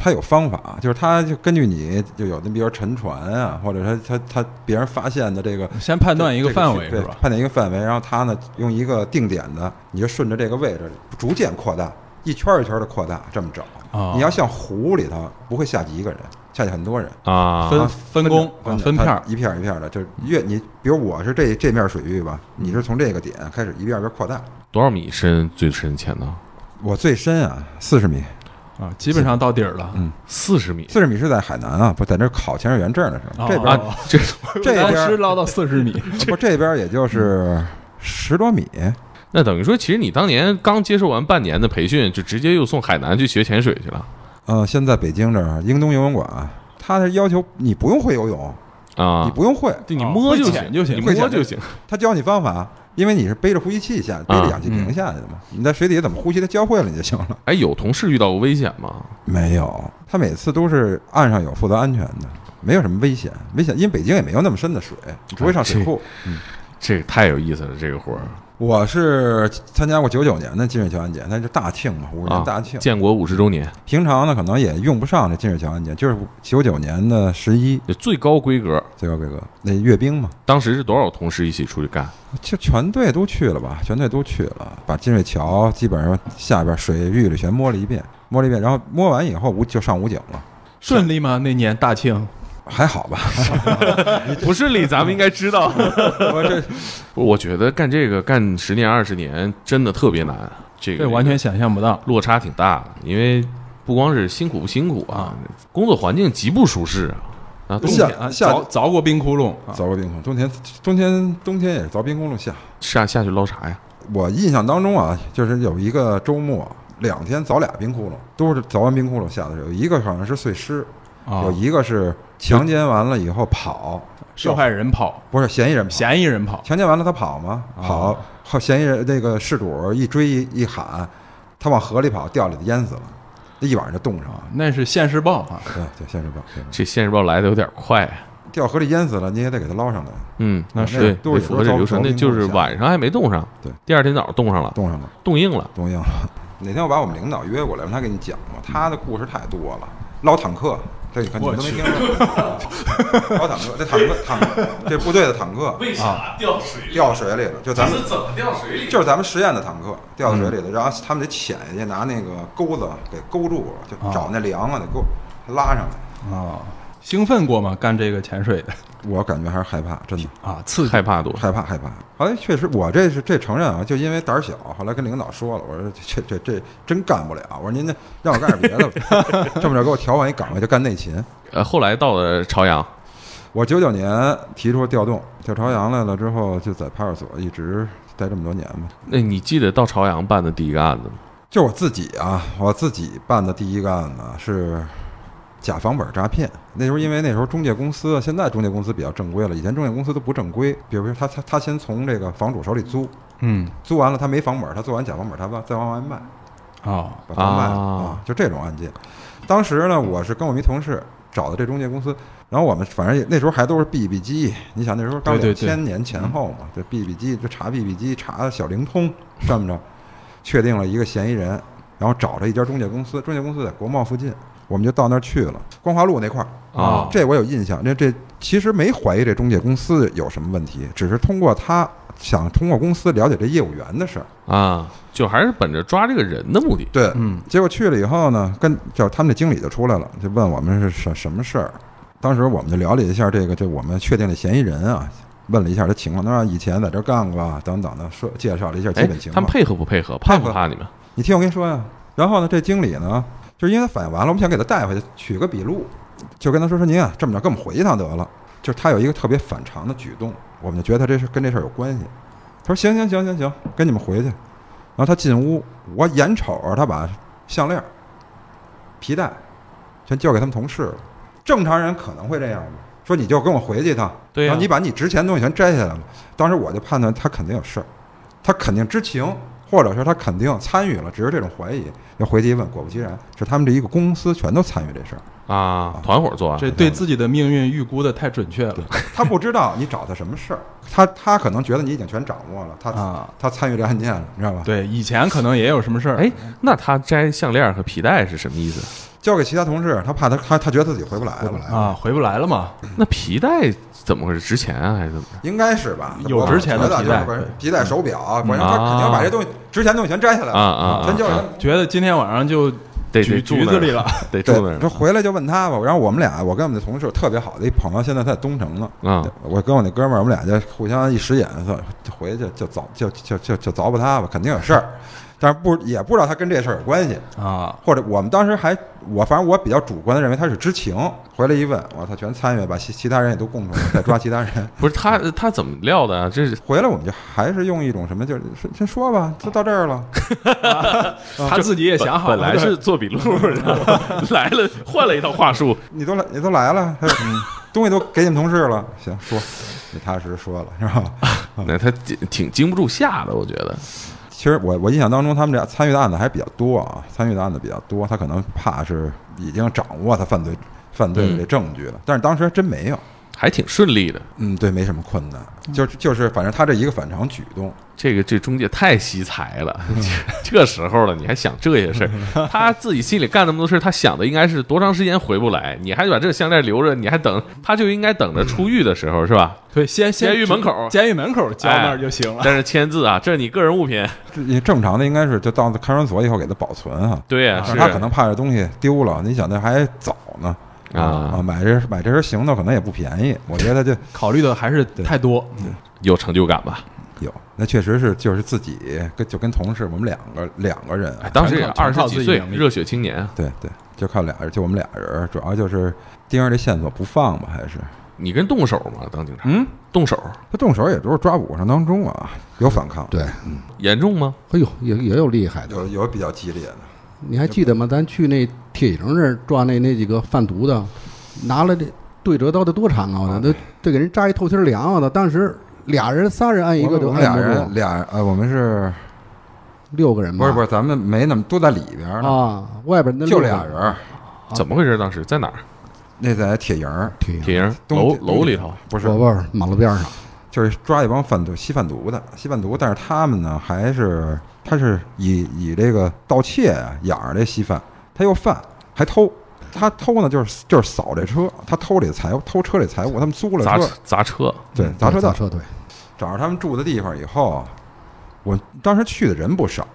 Speaker 2: 它有方法，就是它就根据你就有的，比如沉船啊，或者他他他别人发现的这个
Speaker 4: 先判断一
Speaker 2: 这
Speaker 4: 个范围
Speaker 2: 对
Speaker 4: 是吧？
Speaker 2: 判断一个范围，然后它呢用一个定点的，你就顺着这个位置逐渐扩大，一圈儿一圈的扩大，这么找。
Speaker 4: 啊
Speaker 2: 你要像湖里头，不会下去一个人，下去很多人。
Speaker 3: 啊，
Speaker 4: 分
Speaker 2: 啊
Speaker 4: 分工
Speaker 2: 分
Speaker 4: 啊分片儿
Speaker 2: 它一片儿一片儿的，就是越你，比如我是这这面水域吧，你是从这个点开始一遍一遍扩大。
Speaker 3: 多少米深最深浅呢？
Speaker 2: 我最深啊，四十米，
Speaker 4: 啊，基本上到底儿了。
Speaker 3: 四十米
Speaker 2: 四十米是在海南啊，不在那儿考潜水员证的时候，这边
Speaker 3: 啊
Speaker 2: 儿
Speaker 4: 哦，
Speaker 3: 这
Speaker 2: 这边儿
Speaker 4: 当时捞到四十米，
Speaker 2: 不这边儿也就是十多米，
Speaker 3: 那等于说，其实你当年刚接受完半年的培训，就直接又送海南去学潜水去了
Speaker 2: 呃，现在北京这儿英东游泳馆，它是要求你不用会游泳，你
Speaker 3: 啊？
Speaker 2: 不用会，
Speaker 3: 对你
Speaker 4: 啊
Speaker 3: 摸
Speaker 4: 会
Speaker 3: 就
Speaker 4: 潜
Speaker 3: 行
Speaker 4: 就行
Speaker 3: 你
Speaker 2: 会
Speaker 3: 摸
Speaker 2: 潜
Speaker 3: 就
Speaker 2: 就
Speaker 3: 行
Speaker 2: 他教你方法，因为你是背着呼吸器
Speaker 4: 啊
Speaker 2: 下，背着氧气
Speaker 4: 嗯
Speaker 2: 瓶下去的嘛。你在水底下怎么呼吸，他教会了你就行了。
Speaker 3: 哎，有同事遇到过危险吗？
Speaker 2: 没有，他每次都是岸上有负责安全的，没有什么危险。危险，因为北京也没有那么深的水，你不会上水库。
Speaker 3: 这太有意思了，这个活儿
Speaker 2: 我是参加过九九年的金水桥案件，那就大庆嘛，五十
Speaker 3: 啊
Speaker 2: 年大庆。
Speaker 3: 建国五十周年，
Speaker 2: 平常呢，可能也用不上这金水桥案件，就是九九年的十一
Speaker 3: 就最高规格，
Speaker 2: 最高规格那阅兵嘛。
Speaker 3: 当时是多少同事一起出去干？
Speaker 2: 就全队都去了吧，全队都去了，把金水桥基本上下边水域里全摸了一遍，摸了一遍，然后摸完以后武就上武警了，
Speaker 4: 顺利吗？那年大庆
Speaker 2: 还好吧？
Speaker 3: 不顺利，咱们应该知道。
Speaker 2: 我这
Speaker 3: 我觉得干这个干十年二十年真的特别难，这个
Speaker 4: 这完全想象不到。
Speaker 3: 落差挺大的，因为不光是辛苦不辛苦啊，工作环境极不舒适啊。啊，冬
Speaker 2: 下
Speaker 3: 天
Speaker 4: 啊，
Speaker 2: 下
Speaker 4: 凿凿过冰窟窿啊，
Speaker 2: 凿过冰窟，冬天冬天冬天也是凿冰窟窿下。
Speaker 3: 下下去捞啥呀？
Speaker 2: 我印象当中啊，就是有一个周末两天凿俩冰窟窿，都是凿完冰窟窿下的时候，有一个好像是碎尸，
Speaker 4: 啊
Speaker 2: 有一个是强奸完了以后跑，
Speaker 4: 受害人跑，
Speaker 2: 不是嫌疑人跑，
Speaker 4: 嫌疑人跑，
Speaker 2: 强奸完了他跑吗？跑，后嫌疑人那个事主一追一一喊，他往河里跑，掉里头淹死了，一晚上就冻上了。
Speaker 4: 那是现世报啊。
Speaker 2: 对对，现实报，现实报
Speaker 3: 这《现实报》来的有点快。啊
Speaker 2: 掉河里淹死了，你也得给他捞上来，
Speaker 3: 嗯，
Speaker 2: 那是
Speaker 3: 对，
Speaker 2: 都是
Speaker 3: 得符合这
Speaker 2: 有时
Speaker 3: 流程，
Speaker 2: 候凿
Speaker 3: 那
Speaker 2: 冰
Speaker 3: 就是
Speaker 2: 冻一下
Speaker 3: 晚上还没冻上，
Speaker 2: 对，
Speaker 3: 第二天早上冻上了，
Speaker 2: 冻上了，
Speaker 3: 冻硬了。
Speaker 2: 冻硬了。哪天我把我们领导约过来，让他给你讲吧，他的故事太多了。捞坦克，这你看你们都没听过。捞坦克，这坦克坦克，这部队的坦克
Speaker 3: 为啥掉水
Speaker 2: 掉水里了，就咱们
Speaker 3: 怎么掉水里？
Speaker 2: 就是咱们实验的坦克掉到水里头，然后啊他们得潜下去拿那个钩子给勾住，就找那梁啊，得勾拉上来。
Speaker 4: 啊，兴奋过吗？干这个潜水的
Speaker 2: 我感觉还是害怕，真的
Speaker 4: 啊，刺激
Speaker 3: 害怕多。
Speaker 2: 害怕害怕。后来确实，我这是这承认啊，就因为胆儿小。后来跟领导说了，我说这这这真干不了。我说您这让我干点别的吧，这么着给我调换一岗位，就干内勤。
Speaker 3: 呃，后来到了朝阳，
Speaker 2: 我九九年提出调动，调朝阳来了之后，就在派出所一直待这么多年嘛。
Speaker 3: 那哎你记得到朝阳办的第一个案子吗？
Speaker 2: 就我自己啊，我自己办的第一个案子啊是假房本诈骗。那时候因为那时候中介公司，现在中介公司比较正规了，以前中介公司都不正规。比如说他他他先从这个房主手里租，
Speaker 4: 嗯
Speaker 2: 租完了他没房本，他做完假房本，他再往外卖，
Speaker 4: 啊
Speaker 2: 把房卖了
Speaker 3: 啊
Speaker 2: 啊，就这种案件。当时呢，我是跟我们一同事找的这中介公司，然后我们反正也那时候还都是 BB 机，你想那时候刚
Speaker 4: 对
Speaker 2: 两
Speaker 4: 对嗯对
Speaker 2: 千年前后嘛，这 BB 机就查 BB 机查小灵通这么着，确定了一个嫌疑人，然后找着一家中介公司，中介公司在国贸附近，我们就到那儿去了，光华路那块儿。
Speaker 3: 啊
Speaker 2: 这我有印象。这这其实没怀疑这中介公司有什么问题，只是通过他想通过公司了解这业务员的事儿。
Speaker 3: 啊，就还是本着抓这个人的目的。
Speaker 2: 对，
Speaker 4: 嗯
Speaker 2: 结果去了以后呢，跟叫他们的经理就出来了，就问我们是什什么事儿。当时我们就了解一下这个，就我们确定的嫌疑人啊，问了一下他情况，他说啊以前在这儿干过啊，等等的，说介绍了一下基
Speaker 3: 哎
Speaker 2: 本情，
Speaker 3: 他
Speaker 2: 况
Speaker 3: 们。配合不配合？怕
Speaker 2: 配
Speaker 3: 不
Speaker 2: 合
Speaker 3: 怕你们？
Speaker 2: 你听我跟你说呀、然后呢，这经理呢，就是因为他反应完了，我们想给他带回去取个笔录，就跟他说说您啊，这么着跟我们回一趟得了。就是他有一个特别反常的举动，我们就觉得他这是跟这事儿有关系。他说行行行行行，跟你们回去。然后他进屋，我眼瞅着他把项链、皮带全交给他们同事了。正常人可能会这样吗？说你就跟我回去一趟，
Speaker 3: 对呀
Speaker 2: 然后你把你值钱的东西全摘下来了。当时我就判断他肯定有事儿，他肯定知情，或者说他肯定参与了，只是这种怀疑。要回去一问，果不其然，是他们这一个公司全都参与这事儿。
Speaker 3: 啊，团伙作案。
Speaker 4: 这对自己的命运预估的太准确了
Speaker 2: 他不知道你找他什么事儿，他他可能觉得你已经全掌握了，他、
Speaker 4: 啊！
Speaker 2: 他参与这案件了，你知道吧？
Speaker 4: 对，以前可能也有什么事儿，
Speaker 3: 哎，那他摘项链和皮带是什么意思？
Speaker 2: 交给其他同事，他怕他他他觉得自己回不来了，
Speaker 5: 回不来
Speaker 4: 啊，回不来了嘛，
Speaker 3: 那皮带怎么回事？值钱啊，还是怎么着？
Speaker 2: 应该是吧？
Speaker 4: 有值钱的
Speaker 2: 我觉得
Speaker 4: 皮带
Speaker 2: 就是
Speaker 4: 对
Speaker 2: 皮带、手表，反正他肯定要把这东西值钱的东西全摘下来
Speaker 3: 啊啊啊
Speaker 2: 全交给他
Speaker 3: 啊
Speaker 2: 们。
Speaker 4: 觉得今天晚上就
Speaker 3: 得
Speaker 4: 局
Speaker 3: 得住
Speaker 4: 局
Speaker 3: 那
Speaker 4: 子
Speaker 3: 儿
Speaker 4: 里了，
Speaker 3: 得住那
Speaker 2: 对，
Speaker 3: 儿
Speaker 2: 说回来就问他吧。然后我们俩，我跟我们的同事特别好的一朋友，现在在东城呢。
Speaker 3: 啊
Speaker 2: 对我跟我那哥们儿，我们俩就互相一使眼色，就回去就早就就就就凿吧他吧，肯定有事儿，但是不也不知道他跟这事儿有关系，
Speaker 4: 啊
Speaker 2: 或者我们当时还我反正我比较主观的认为他是知情，回来一问，我操，全参与，把其其他人也都供出来，再抓其他人。
Speaker 3: 不是他他怎么料的啊？这是
Speaker 2: 回来我们就还是用一种什么，就是说先说吧，就到这儿了。
Speaker 4: 他自己也想好了，
Speaker 3: 本来是做笔录的， 来了换了一套话术，
Speaker 2: 你都来，你都来了，他说嗯东西都给你们同事了，行，说，你踏实实说了，是吧？
Speaker 3: 那他挺挺经不住吓的，我觉得
Speaker 2: 其实我我印象当中，他们这参与的案子还比较多啊，参与的案子比较多，他可能怕是已经掌握他犯罪犯罪的这证据了，但是当时还真没有，
Speaker 3: 还挺顺利的。
Speaker 2: 嗯，对，没什么困难，就是就是，反正他这一个反常举动，
Speaker 3: 这个这中介太惜才了， 这时候了你还想这些事儿？ 他自己心里干那么多事儿，他想的应该是多长时间回不来，你还把这个项链留着，你还等，他就应该等着出狱的时候是 吧？
Speaker 4: 对，先先
Speaker 3: 监狱门口
Speaker 4: 监狱门口交那儿就行了。
Speaker 3: 但是签字啊，这是你个人物品，
Speaker 2: 这正常的应该是就到看守所以后给他保存啊，
Speaker 3: 对呀、
Speaker 2: 但
Speaker 3: 是
Speaker 2: 是他可能怕这东西丢了，你想那还早呢
Speaker 3: 啊，
Speaker 2: 啊，买这买这身行头可能也不便宜，我觉得就
Speaker 4: 考虑的还是太多，
Speaker 3: 有成就感吧？
Speaker 2: 有，那确实是就是自己跟就跟同事我们两个两个人啊，
Speaker 3: 哎，当时也
Speaker 4: 全靠
Speaker 3: 二
Speaker 4: 全
Speaker 3: 十
Speaker 4: 靠
Speaker 3: 几
Speaker 4: 自己
Speaker 3: 岁，
Speaker 4: 能力
Speaker 3: 热血青年啊。
Speaker 2: 对对，就靠俩人，就我们俩人，主要就是盯着这线索不放吧，还是
Speaker 3: 你跟动手吗？当警察？
Speaker 2: 嗯，
Speaker 3: 动手
Speaker 2: 他动手也都是抓捕过程当中啊，有反抗，
Speaker 5: 对，
Speaker 3: 严重吗？
Speaker 5: 哎呦，也也有厉害的。
Speaker 2: 有有比较激烈的，
Speaker 5: 你还记得吗？咱去那铁营那儿抓那那几个贩毒的，拿了这对折刀的多长啊！我操，都这给人扎一透心凉啊！我操当时俩人、仨人按一个就
Speaker 2: 我们
Speaker 5: 按
Speaker 2: 俩
Speaker 5: 不住
Speaker 2: 人，俩呃，我们是
Speaker 5: 六个人吧？
Speaker 2: 不是不是，咱们没那么都在里边呢，
Speaker 5: 啊，外边那
Speaker 2: 就
Speaker 5: 六个
Speaker 2: 俩人，啊
Speaker 3: 怎么回事？当时在哪儿？
Speaker 2: 那在铁营儿
Speaker 5: 铁营
Speaker 3: 铁营
Speaker 2: 嗯东
Speaker 3: 楼
Speaker 2: 东
Speaker 3: 楼里头
Speaker 2: 不是
Speaker 5: 左，边马路边上，
Speaker 2: 就是抓一帮贩毒吸贩毒的吸贩毒，但是他们呢还是他是以以这个盗窃啊养着这吸贩，他又贩还偷。他偷呢，就是就是扫这车，他偷这财物，偷车里财物，他们租了
Speaker 3: 砸
Speaker 2: 车，
Speaker 3: 砸车，
Speaker 2: 对，砸车道
Speaker 5: 砸嗯砸，车队，
Speaker 2: 找着他们住的地方以后，我当时去的人不少，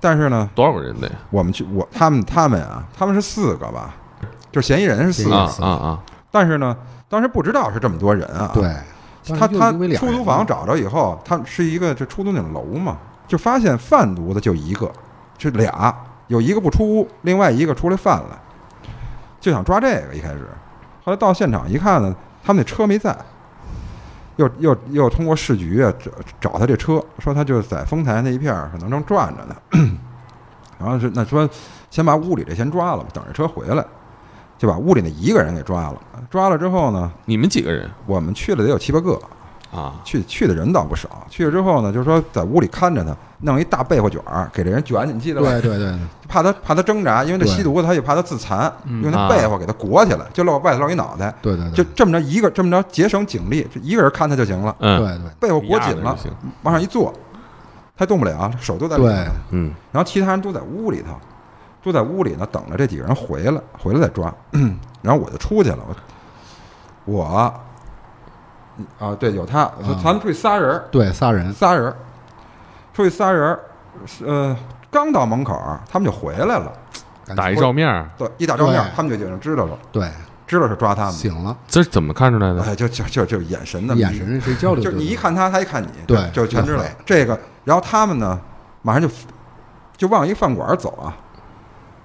Speaker 2: 但是呢，
Speaker 3: 多少个人的呀？
Speaker 2: 我们去我他们他们啊，他们是四个吧，就是嫌疑人是四
Speaker 5: 对
Speaker 2: 个，
Speaker 3: 啊
Speaker 5: 死
Speaker 3: 啊啊！
Speaker 2: 但是呢，当时不知道是这么多人啊。
Speaker 5: 对，当
Speaker 2: 他
Speaker 5: 时就
Speaker 2: 他
Speaker 5: 因为俩
Speaker 2: 出
Speaker 5: 人
Speaker 2: 租房找着以后，他是一个就出租那种楼嘛，就发现贩毒的就一个，就俩，有一个不出屋，另外一个出来贩了，就想抓这个一开始，后来到现场一看呢，他们那车没在，又又又通过市局啊找找他这车，说他就在丰台那一片儿可能正转着呢， 然后是那说先把屋里这先抓了吧，等着车回来，就把屋里那一个人给抓了，抓了之后呢，
Speaker 3: 你们几个人
Speaker 2: 我们去了得有七八个。
Speaker 3: 啊？
Speaker 2: 去去的人倒不少，去了之后呢，就是说在屋里看着他，弄一大被窝卷儿给这人卷起，你记得吧？
Speaker 5: 对对对，
Speaker 2: 怕他怕他挣扎，因为这
Speaker 5: 对
Speaker 2: 吸毒的他也怕他自残，
Speaker 4: 嗯
Speaker 2: 用那被窝给他裹起来，就露外头露一脑袋，
Speaker 5: 对对对，
Speaker 2: 就这么着一个这么着节省警力，就一个人看他就行了，
Speaker 3: 嗯，
Speaker 5: 对对
Speaker 2: 被窝裹紧
Speaker 3: 一样
Speaker 2: 哦
Speaker 3: 的
Speaker 2: 了
Speaker 3: 就，行，
Speaker 2: 往上一坐，他动不了，手都在里头，
Speaker 5: 对，
Speaker 3: 嗯
Speaker 2: 然后其他人都在屋里头，都在屋里呢等着这几个人回来，回来再抓， 然后我就出去了，我我啊对，有他，咱们出去仨人儿。
Speaker 5: 对，仨人，
Speaker 2: 仨人儿，出去仨人儿，呃，刚到门口儿，他们就回来了。
Speaker 5: 感
Speaker 3: 打一
Speaker 5: 觉
Speaker 3: 照面儿，
Speaker 2: 对，一打照面儿
Speaker 5: 对，
Speaker 2: 他们就已经知道了，
Speaker 5: 对，
Speaker 2: 知道是抓他们的。
Speaker 5: 醒了，
Speaker 3: 这是怎么看出来的？
Speaker 2: 哎，就就就就眼神的
Speaker 5: 眼，神谁交流？
Speaker 2: 就是你一，看他，他一看你，
Speaker 5: 对
Speaker 2: 就全知道这个。然后他们呢，马上就就往一个饭馆儿走啊。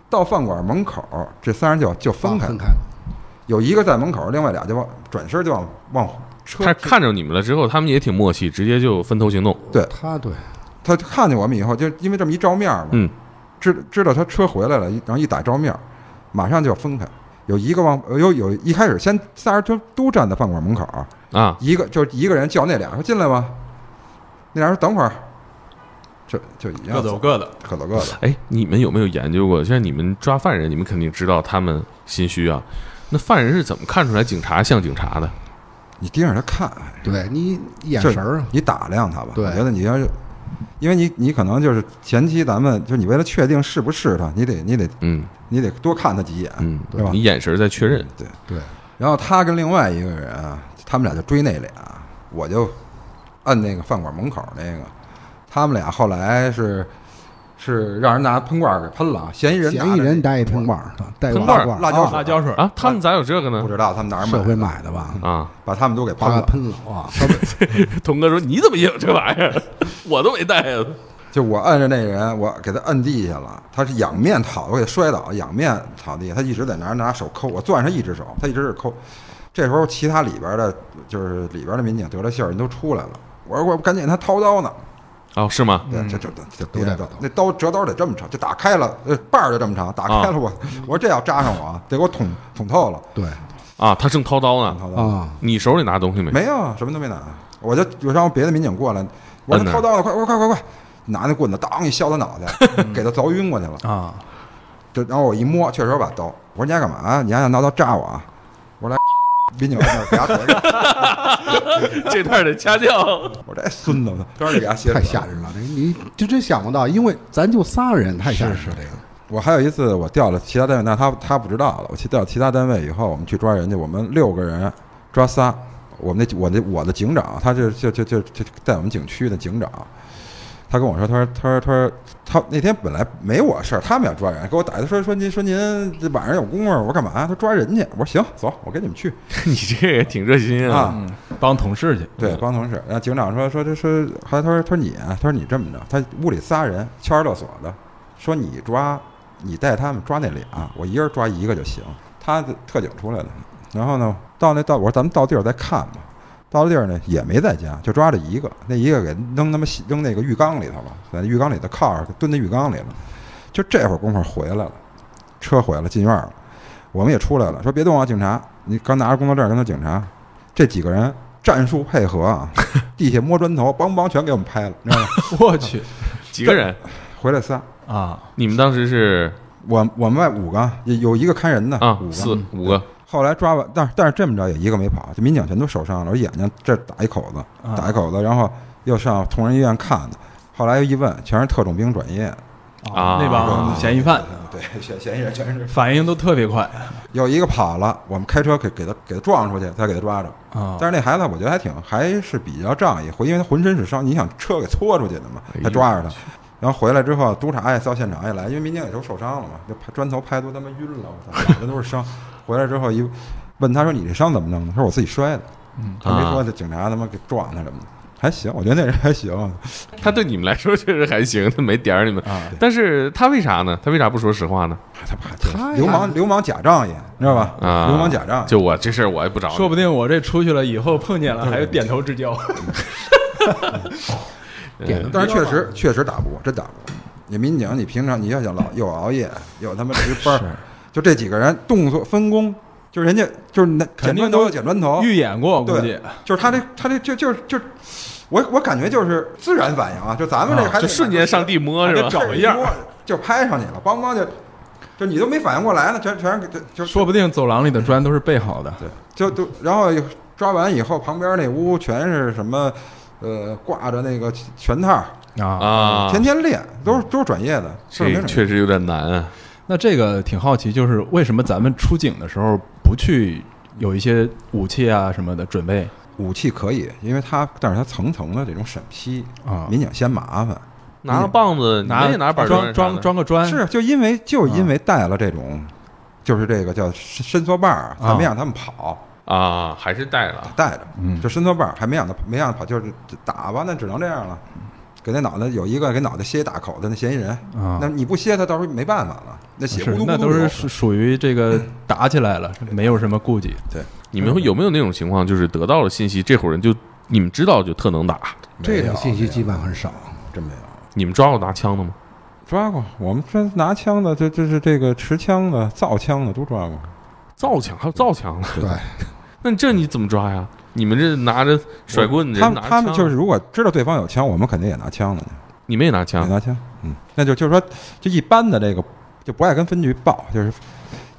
Speaker 2: 到饭馆儿门口儿，这仨人就就分
Speaker 5: 啊
Speaker 2: 开了，
Speaker 5: 分开了，
Speaker 2: 有一个在门口儿，另外俩就往转身就往往车
Speaker 3: 他看着你们了之后，他们也挺默契，直接就分头行动。
Speaker 5: 他对
Speaker 2: 他看见我们以后，就因为这么一照面嘛，
Speaker 3: 嗯
Speaker 2: 知知道他车回来了，一然后一打照面，马上就要分开。有一个往有有一开始先仨人都都站在饭馆门口，
Speaker 3: 啊，
Speaker 2: 一个就是一个人叫那俩说进来吧，那俩说等会儿，就就一样
Speaker 4: 嗯各
Speaker 3: 嗯
Speaker 4: 走各的。
Speaker 2: 各走各的。
Speaker 3: 哎，你们有没有研究过？像你们抓犯人，你们肯定知道他们心虚啊。那犯人是怎么看出来警察像警察的？
Speaker 2: 你盯着他看，
Speaker 5: 对，你眼
Speaker 2: 这
Speaker 5: 神儿啊，
Speaker 2: 你打量他吧。
Speaker 5: 对
Speaker 2: 我觉得你要是，因为你你可能就是前期咱们就是你为了确定是不是他，你得你得
Speaker 3: 嗯
Speaker 2: 你得多看他几眼，
Speaker 3: 嗯
Speaker 2: 对吧，
Speaker 3: 你眼神在确认。
Speaker 2: 对。
Speaker 5: 对，
Speaker 2: 然后他跟另外一个人啊，他们俩就追那俩，我就摁那个饭馆门口那个。他们俩后来是是让人拿喷罐给喷了啊，嫌疑人拿着
Speaker 5: 嫌疑人带一喷罐儿，带个
Speaker 3: 喷罐儿
Speaker 5: 罐
Speaker 2: 辣
Speaker 5: 儿
Speaker 2: 椒
Speaker 5: 啊
Speaker 2: 水
Speaker 4: 辣椒水
Speaker 3: 啊，他们咋有这个
Speaker 2: 不
Speaker 3: 呢？
Speaker 2: 知道他们哪儿
Speaker 5: 社
Speaker 2: 买
Speaker 5: 会
Speaker 2: 的，嗯
Speaker 5: 买的吧？
Speaker 3: 啊，
Speaker 2: 把他们都给喷
Speaker 5: 啪
Speaker 2: 了。
Speaker 5: 喷了哇！
Speaker 3: 童哥说：“你怎么也有这玩意儿？ 我都没带啊。
Speaker 2: 就我摁着那人，我给他摁地下了，他是仰面躺，我给他摔倒，仰面躺地下，他一直在那儿拿手抠，我攥上一只手，他一直是抠。这时候其他里边的，就是里边的民警得了信儿，人都出来了。我说我赶紧，他掏刀呢，”
Speaker 3: 哦，是
Speaker 5: 嗯
Speaker 3: 吗？
Speaker 2: 对，这这这这
Speaker 5: 都
Speaker 2: 别
Speaker 5: 带
Speaker 2: 的
Speaker 5: 刀
Speaker 2: 那刀折刀得这么长，就打开了，呃，把儿就这么长，打
Speaker 5: 啊
Speaker 2: 开了我，我说这要扎上我啊，得给我捅捅透了，
Speaker 5: 对
Speaker 3: 啊，他正掏刀呢。
Speaker 2: 捅透了，
Speaker 5: 啊，
Speaker 3: 你手里拿东西没？
Speaker 2: 没有啊，什么都没拿，我就我让别的民警过来，我说他掏刀了，快快快快快，拿那棍子当一削他脑袋， 给他凿晕过去了，
Speaker 5: 嗯
Speaker 4: 啊，
Speaker 2: 就然后我一摸，确实有把刀，我说你还干嘛啊？你还想拿刀扎我啊？我说来， 民警在那儿给他 腿上，
Speaker 3: 这段得掐掉。
Speaker 2: 我说这哎孙子，刚给他歇
Speaker 5: 太吓人了！这你就真想不到，因为咱就仨人，太吓人了。这个
Speaker 2: 我还有一次，我调了其他单位，那他他不知道了。我去调其他单位以后，我们去抓人去，我们六个人抓仨。我们那我那我的警长，他就就就就就在我们景区的警长，他跟我说，他说他说他说他那天本来没我事儿，他们要抓人，给我打一说说您说您这晚上有功夫，我说干嘛？他说抓人去，我说行，走，我跟你们去
Speaker 3: 你这个也挺热心啊。
Speaker 2: 啊。
Speaker 4: 嗯，帮同事去。
Speaker 2: 对，帮同事。然后警长说说这说，还他说他说你啊，他说你这么着，他屋里仨人敲着勒索的，说你抓你带他们抓那俩，我一人抓一个就行。他的特警出来了，然后呢，到那到我说咱们到地儿再看吧。到了地儿呢也没在家，就抓着一个，那一个给扔他妈洗扔那个浴缸里头了，在那浴缸里头靠着蹲在浴缸里了。就这会儿功夫回来了，车回来了进院了，我们也出来了，说别动啊，警察，你刚拿着工作证跟他警察，这几个人战术配合 啊，地下摸砖头，梆梆全给我们拍了，你知道吗？
Speaker 4: 我去
Speaker 3: 几个人？
Speaker 2: 回来仨，
Speaker 4: 啊，
Speaker 3: 你们当时是
Speaker 2: 我我们外五个，有有一个看人的，
Speaker 3: 啊
Speaker 2: 五，个。
Speaker 3: 四五个
Speaker 2: 后来抓完，但是但是这么着也一个没跑，这民警全都受伤了，我眼睛这打一口子，
Speaker 4: 啊
Speaker 2: 打一口子，然后又上同仁医院看的。后来又一问，全是特种兵转业，
Speaker 3: 啊
Speaker 4: 那帮嫌疑犯
Speaker 2: 对， 嫌嫌疑人全是。
Speaker 4: 反应都特别快
Speaker 2: 有一个跑了，我们开车给给他给他撞出去，才给他抓着。
Speaker 4: 啊
Speaker 2: 但，是那孩子我觉得还挺还是比较仗义，因为他浑身是伤，你想车给搓出去的嘛，
Speaker 3: 哎呦
Speaker 2: 才抓着他。然后回来之后，督察也到现场也来，因为民警也都受伤了嘛，就拍砖头拍都他妈晕了，我操，脑袋都是伤。回来之后一问他说：“你这伤怎么弄的？”他说：“我自己摔的。”他没说
Speaker 3: 啊
Speaker 2: 这警察他妈给撞他什么的，还行，我觉得那人还行。
Speaker 3: 他对你们来说确实还行，他没点儿你们。
Speaker 4: 啊，
Speaker 3: 但是他为啥呢？他为啥不说实话呢？
Speaker 2: 他怕
Speaker 5: 他呀
Speaker 2: 流氓流氓假仗义，你知道吧？
Speaker 3: 啊，
Speaker 2: 流氓假仗义。
Speaker 3: 就我这事儿我也不找你，
Speaker 4: 说不定我这出去了以后碰见了，还有点头之交。
Speaker 3: 嗯
Speaker 5: 点个
Speaker 2: 但是确实确实打不过，真打不过。你民警，你平常你要想老又熬夜，又他妈值班儿，就这几个人动作分工，就人家就是那捡
Speaker 4: 肯
Speaker 2: 砖
Speaker 4: 定都
Speaker 2: 头捡砖
Speaker 3: 哦
Speaker 2: 头，
Speaker 4: 预演过，估计
Speaker 2: 对，就是他这他这就就就，我我感觉就是自然反应啊，就咱们
Speaker 4: 哦
Speaker 2: 这个还
Speaker 3: 就
Speaker 2: 得
Speaker 3: 瞬间上帝摸
Speaker 4: 还
Speaker 3: 是
Speaker 4: 得
Speaker 3: 吧？
Speaker 4: 找一样
Speaker 2: 这一摸就拍上你了，梆梆就就你都没反应过来呢，全全就就
Speaker 4: 说不定走廊里的砖都是备好的。
Speaker 2: 对，就都然后抓完以后，旁边那屋全是什么呃挂着那个拳套，
Speaker 4: 啊，
Speaker 3: 啊，
Speaker 2: 天天练，都是都是转业的，是不
Speaker 3: 这
Speaker 2: 是
Speaker 3: 确实有点难啊。
Speaker 4: 那这个挺好奇，就是为什么咱们出警的时候不去有一些武器啊什么的准备
Speaker 2: 武器可以，因为它但是它层层的这种审批，
Speaker 4: 啊？
Speaker 2: 民警嫌麻烦。
Speaker 3: 拿个棒子，你也拿板
Speaker 4: 哎装装装个砖
Speaker 2: 是，就因为就因为带了这种，就是这个叫伸伸缩棒儿，
Speaker 4: 啊
Speaker 2: 还没让他们跑，
Speaker 3: 啊，还是带了
Speaker 2: 带着，
Speaker 4: 嗯
Speaker 2: 就伸缩棒儿还没让他没让他跑，就是打吧，那只能这样了。给那脑袋有一个给脑袋歇一大口子那嫌疑人，
Speaker 4: 啊
Speaker 2: 那。你不歇他，到时候没办法了，那血咕
Speaker 4: 是
Speaker 2: 嘟，咕
Speaker 4: 那
Speaker 2: 嘟
Speaker 4: 都是
Speaker 2: 流
Speaker 4: 属属于这 个打起来了，没有什么顾忌。
Speaker 3: 你们会有没有那种情况，就是得到了信息，这伙人就你们知道就特能打，
Speaker 5: 这
Speaker 2: 没
Speaker 5: 种
Speaker 2: 有
Speaker 5: 信息
Speaker 2: 没有
Speaker 5: 基本很少。
Speaker 2: 真没有
Speaker 3: 你们抓过拿枪的吗？
Speaker 2: 抓过。我们这拿枪的，这这是这个持枪的、造枪的都抓过。
Speaker 3: 造枪还有造枪呢？
Speaker 5: 对，
Speaker 3: 那这你怎么抓呀？你们这拿着甩棍子，
Speaker 2: 他
Speaker 3: 人
Speaker 2: 们
Speaker 3: 拿着
Speaker 2: 他们
Speaker 3: 枪啊
Speaker 2: 就是如果知道对方有枪，我们肯定也拿枪的。
Speaker 3: 你们也拿
Speaker 2: 也
Speaker 3: 枪
Speaker 2: 拿枪，嗯，那就就是说，就一般的这个就不爱跟分局报，就是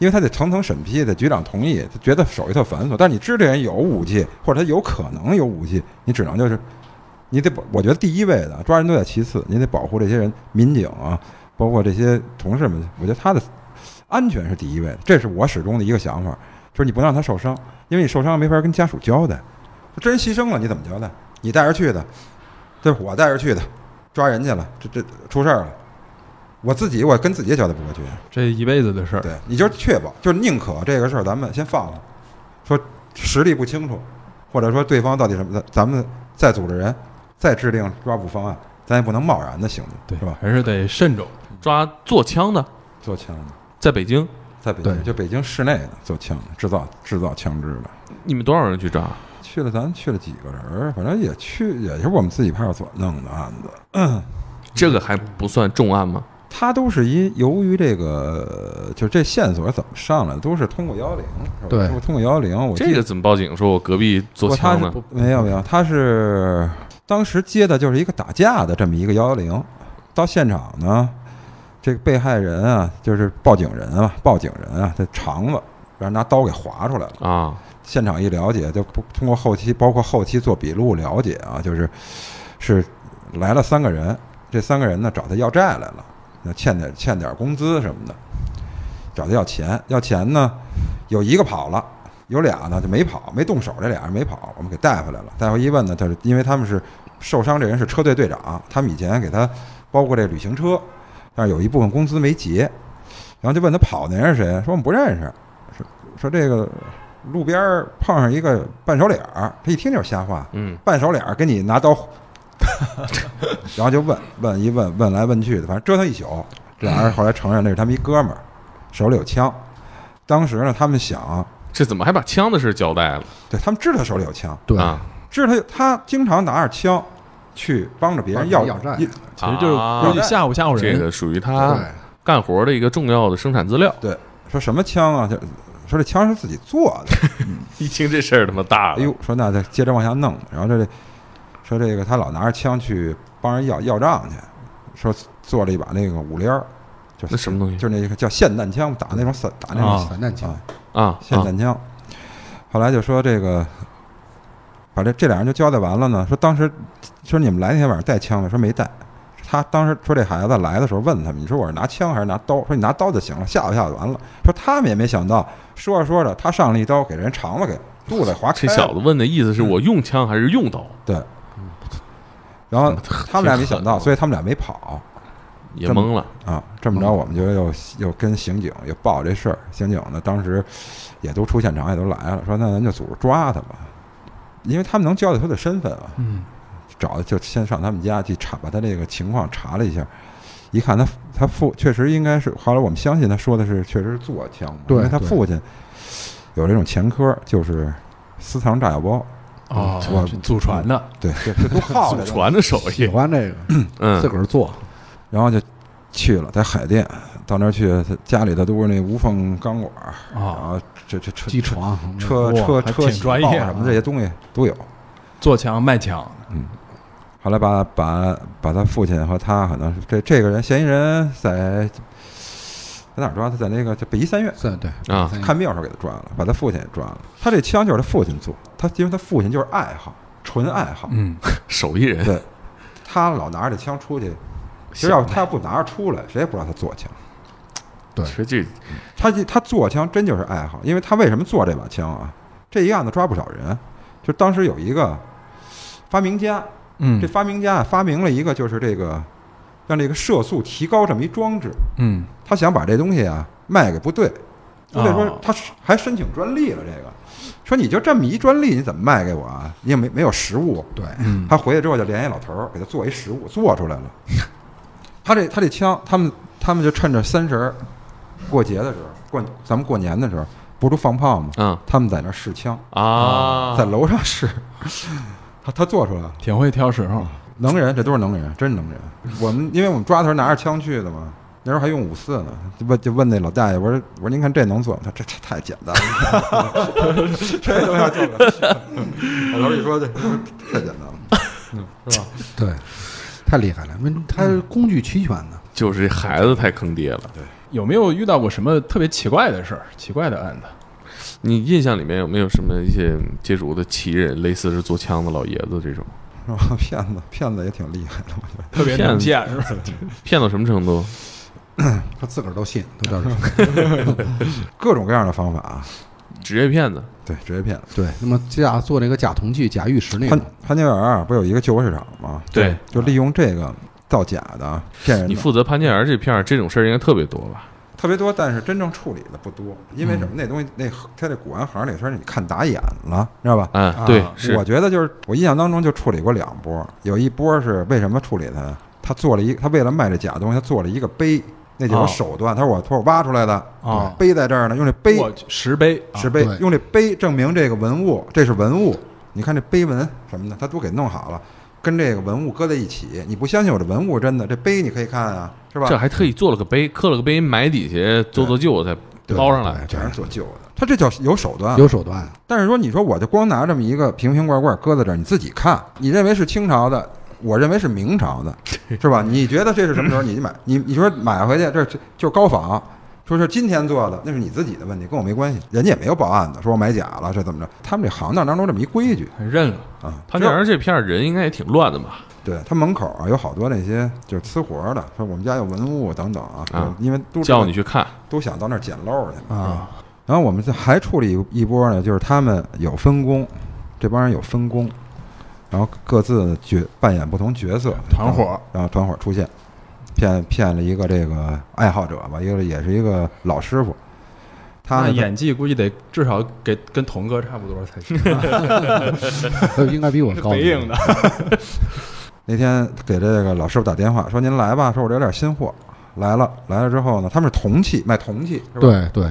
Speaker 2: 因为他得层层审批，得局长同意，他觉得手续特繁琐。但是你知这人有武器，或者他有可能有武器，你只能就是你得保，我觉得第一位的抓人都在其次，你得保护这些人，民警啊，包括这些同事们，我觉得他的安全是第一位的，这是我始终的一个想法，就是你不能让他受伤，因为你受伤没法跟家属交代，这人牺牲了你怎么交代？你带着去的，对吧，我带着去的，抓人去了，这这出事儿了。我自己，我跟自己也交代不过去。
Speaker 4: 这一辈子的事儿，
Speaker 2: 对，你就确保，就是宁可这个事儿咱们先放了，说实力不清楚，或者说对方到底什么的，咱们再组织人，再制定抓捕方案，咱也不能贸然的行动，
Speaker 4: 对
Speaker 2: 是吧？
Speaker 4: 还是得慎重。
Speaker 3: 抓做枪的，
Speaker 2: 做枪的，
Speaker 3: 在北京，
Speaker 2: 在北
Speaker 5: 对
Speaker 2: 京就北京市内的做枪的，制造制造枪支的，
Speaker 3: 你们多少人去抓？
Speaker 2: 去了咱去了几个人儿，反正也去，也是我们自己派出所弄的啊案子。
Speaker 3: 这个还不算重案吗？
Speaker 2: 它都是因由于这个，就这线索怎么上来的，都是通过幺零，是吧
Speaker 5: 对
Speaker 2: 都是通过幺零。我记得
Speaker 3: 这个怎么报警？说我隔壁做
Speaker 2: 不他
Speaker 3: 枪
Speaker 2: 是
Speaker 3: 呢？
Speaker 2: 不没有没有，他是当时接的就是一个打架的这么一个幺幺零，到现场呢，这个被害人啊，就是报警人啊，报警人啊，这肠子让人拿刀给划出来了。
Speaker 3: 啊，
Speaker 2: 现场一了解，就不通过后期，包括后期做笔录了解啊，就是是来了三个人，这三个人呢找他要债来了，那欠点欠点工资什么的，找他要钱，要钱呢，有一个跑了，有俩呢就没跑，没动手，这俩人没跑，我们给带回来了。带回一问呢，他是因为他们是受伤，这人是车队队长，他们以前给他包括这旅行车，但是有一部分工资没结，然后就问他跑那人是谁，说我们不认识，说说这个路边儿碰上一个半熟脸儿，他一听就是瞎话，
Speaker 3: 嗯，
Speaker 2: 半熟脸儿跟你拿刀， 然后就问问一问问来问去的，反正折腾一宿，这俩人后来承认那是他们一哥们儿，手里有枪。当时呢，他们想，
Speaker 3: 这怎么还把枪的事儿交代了
Speaker 2: 对他们知道他手里有枪，
Speaker 5: 对，
Speaker 3: 啊？
Speaker 2: 知道他他经常拿着枪去帮着别人要
Speaker 5: 帮着要债
Speaker 2: 一
Speaker 4: 其实就是
Speaker 3: 啊
Speaker 4: 估计吓唬吓唬
Speaker 3: 这
Speaker 4: 人。
Speaker 3: 个属于他
Speaker 5: 对，
Speaker 3: 干活的一个重要的生产资料。
Speaker 2: 说什么枪啊？就说这枪是自己做的，
Speaker 3: 一听这事儿他妈大
Speaker 2: 哎
Speaker 3: 了，
Speaker 2: 呦，说那再接着往下弄，然后这说这个他老拿着枪去帮人要要账去，说做了一把那个五连儿，就是
Speaker 3: 那什么东西
Speaker 2: 就是那个叫霰弹枪，打那种散打那种
Speaker 4: 啊
Speaker 5: 散弹枪
Speaker 2: 啊，
Speaker 3: 啊
Speaker 2: 霰弹枪。后来就说这个，把这这俩人就交代完了呢，说当时说你们来那天晚上带枪吗？说没带。他当时说这孩子来的时候问他们，你说我是拿枪还是拿刀？说你拿刀就行了，吓唬吓唬完了。说他们也没想到，说着说着他上了一刀，给人肠子给肚子给划
Speaker 3: 这
Speaker 2: 开了。
Speaker 3: 小子问的意思是我用枪还是用刀？
Speaker 5: 啊
Speaker 2: 对，然后他们俩没想到，所以他们俩没跑。
Speaker 3: 也懵了，
Speaker 2: 啊，这
Speaker 5: 嗯
Speaker 2: 么着我们就又又跟刑警又报这事儿，刑警呢当时也都出现场，也都来了，说那咱就组织抓他吧，因为他们能交代他的身份啊，
Speaker 4: 嗯，
Speaker 2: 找就先上他们家去查，把他这个情况查了一下，一看他他父确实应该是，后来我们相信他说的是确实是做枪嘛，
Speaker 5: 对
Speaker 2: 因为他
Speaker 5: 对
Speaker 2: 父亲有这种前科，就是私藏炸药包，
Speaker 4: 哦
Speaker 2: 我，
Speaker 4: 祖传的，
Speaker 2: 对，这这都好着
Speaker 3: 祖传的手
Speaker 5: 喜
Speaker 3: 艺，
Speaker 5: 欢这个，
Speaker 3: 啊嗯
Speaker 5: 自，个儿做，
Speaker 2: 然后就去了，在海淀到那儿去，他家里头都是那无缝钢管，然
Speaker 4: 啊，
Speaker 2: 后这这车
Speaker 5: 机床，
Speaker 2: 嗯
Speaker 5: 嗯
Speaker 2: 车
Speaker 4: 哇
Speaker 2: 车
Speaker 4: 还
Speaker 2: 车
Speaker 4: 挺
Speaker 2: 型
Speaker 4: 专
Speaker 2: 号
Speaker 4: 业
Speaker 2: 什么
Speaker 4: 啊
Speaker 2: 这些东西都有。
Speaker 4: 做墙卖墙，
Speaker 2: 后来把把把他父亲和他可能是这这个人嫌疑人在在哪儿抓？他在那个就北医三院
Speaker 5: 对对
Speaker 3: 啊
Speaker 4: 嗯
Speaker 5: 看
Speaker 2: 看病的时候给他抓了，把他父亲也抓了。他这枪就是他父亲做，他因为他父亲就是爱好，纯爱好。
Speaker 4: 嗯，
Speaker 3: 手艺人，
Speaker 2: 对，他老拿着这枪出去，其实要他要不拿着出来，谁也不知道他做枪。
Speaker 5: 对
Speaker 3: 其实这
Speaker 2: 他就他做枪真就是爱好，因为他为什么做这把枪啊？这一案子抓不少人，就当时有一个发明家，
Speaker 4: 嗯
Speaker 2: 这发明家啊发明了一个就是这个让这个射速提高这么一装置，
Speaker 4: 嗯，
Speaker 2: 他想把这东西啊卖给部队，部队
Speaker 4: 哦
Speaker 2: 说他是还申请专利了，这个说你就这么一专利，你怎么卖给我啊？你也没没有实物，
Speaker 5: 对，
Speaker 4: 嗯
Speaker 2: 他回去之后就联系老头儿，给他做一实物，做出来了。他这他这枪，他们他们就趁着三十儿过节的时候，过咱们过年的时候，不是都放炮吗？
Speaker 3: 嗯
Speaker 2: 他们在那儿试枪，
Speaker 3: 啊，
Speaker 2: 在楼上试，他他做出来了，
Speaker 4: 挺会挑时候，
Speaker 2: 能人，这都是能人，真是能人。我们因为我们抓的时候拿着枪去的嘛，那时候还用五四呢，就问就问那老大爷，我说我说您看这能做吗？他说这这太简单了， 这都要做不了。老头儿一说这太简单了。
Speaker 5: 对，太厉害了，因为他工具齐全的，
Speaker 3: 就是这孩子太坑爹了。
Speaker 4: 有没有遇到过什么特别奇怪的事儿、奇怪的案子？
Speaker 3: 你印象里面有没有什么一些接触的奇人，类似是做枪的老爷子这种，
Speaker 2: 是吧？ 骗子，骗子也挺厉害的，我觉得
Speaker 4: 特别
Speaker 3: 骗
Speaker 4: 能
Speaker 3: 子
Speaker 4: 见是吧？
Speaker 3: 骗到什么程度？
Speaker 5: 他自个儿都信，都这样。
Speaker 2: 各种各样的方法啊。
Speaker 3: 职业骗子
Speaker 2: 对，职业骗子。
Speaker 5: 对，那么假做那个假铜器、假玉石那
Speaker 2: 潘
Speaker 5: 个，
Speaker 2: 潘家园儿不有一个旧货市场吗？
Speaker 3: 对，
Speaker 2: 就利用这个造假的骗人
Speaker 3: 你
Speaker 2: 的
Speaker 3: 负责潘家园这片儿，这种事儿应该特别多吧？
Speaker 2: 特别多，但是真正处理的不多，因为什么？那东西那他这古玩行那事儿，你看打眼了，知道吧？
Speaker 3: 啊，对，
Speaker 2: 我
Speaker 3: 是
Speaker 2: 觉得就是我印象当中就处理过两波，有一波是为什么处理他？他做了一，他为了卖这假东西，他做了一个碑，那就
Speaker 4: 哦
Speaker 3: 啊
Speaker 2: 是手段。他说我托我挖出来的，
Speaker 4: 哦
Speaker 2: 对碑在这儿呢，用这碑
Speaker 4: 我石碑，啊
Speaker 2: 石碑
Speaker 5: 对，
Speaker 2: 用这碑证明这个文物，这是文物。你看这碑文什么的，他都给弄好了，跟这个文物搁在一起。你不相信我这文物真的？这碑你可以看啊，是吧？
Speaker 3: 这还特意做了个碑，刻了个碑，埋底下做做旧才
Speaker 5: 对
Speaker 3: 捞上来。
Speaker 5: 对
Speaker 2: 全是做旧的，他这叫有手段。
Speaker 5: 有手段，
Speaker 2: 但是说你说我就光拿这么一个瓶瓶罐罐搁在这儿，你自己看，你认为是清朝的，我认为是明朝的，是吧？你觉得这是什么时候？你就买，你你说买回去这这就是高仿。说是今天做的，那是你自己的问题，跟我没关系。人家也没有报案的，说我买假了，这怎么着？他们这行当当中这么一规矩
Speaker 4: 还认了，
Speaker 2: 啊。
Speaker 3: 潘家园这片儿人应该也挺乱的吧？
Speaker 2: 对他门口啊有好多那些就是呲活儿的，说我们家有文物等等啊，
Speaker 3: 啊
Speaker 2: 因为都
Speaker 3: 叫你去看
Speaker 2: 都想到那儿捡漏儿去嘛
Speaker 5: 啊。
Speaker 2: 然后我们这还处理一波呢，就是他们有分工，这帮人有分工，然后各自角扮演不同角色，
Speaker 4: 团伙
Speaker 2: 然
Speaker 4: 儿
Speaker 2: 后，然后团伙出现，骗骗了一个这个爱好者吧，一个也是一个老师傅，他
Speaker 4: 那
Speaker 2: 呢
Speaker 4: 演技估计得至少给跟童哥差不多才 行，
Speaker 5: 呃应该比我高。
Speaker 4: 北影的，
Speaker 2: 那天给这个老师傅打电话说您来吧，说我这有点新货。来了，来了之后呢，他们是铜器，卖铜器，是吧？
Speaker 5: 对对，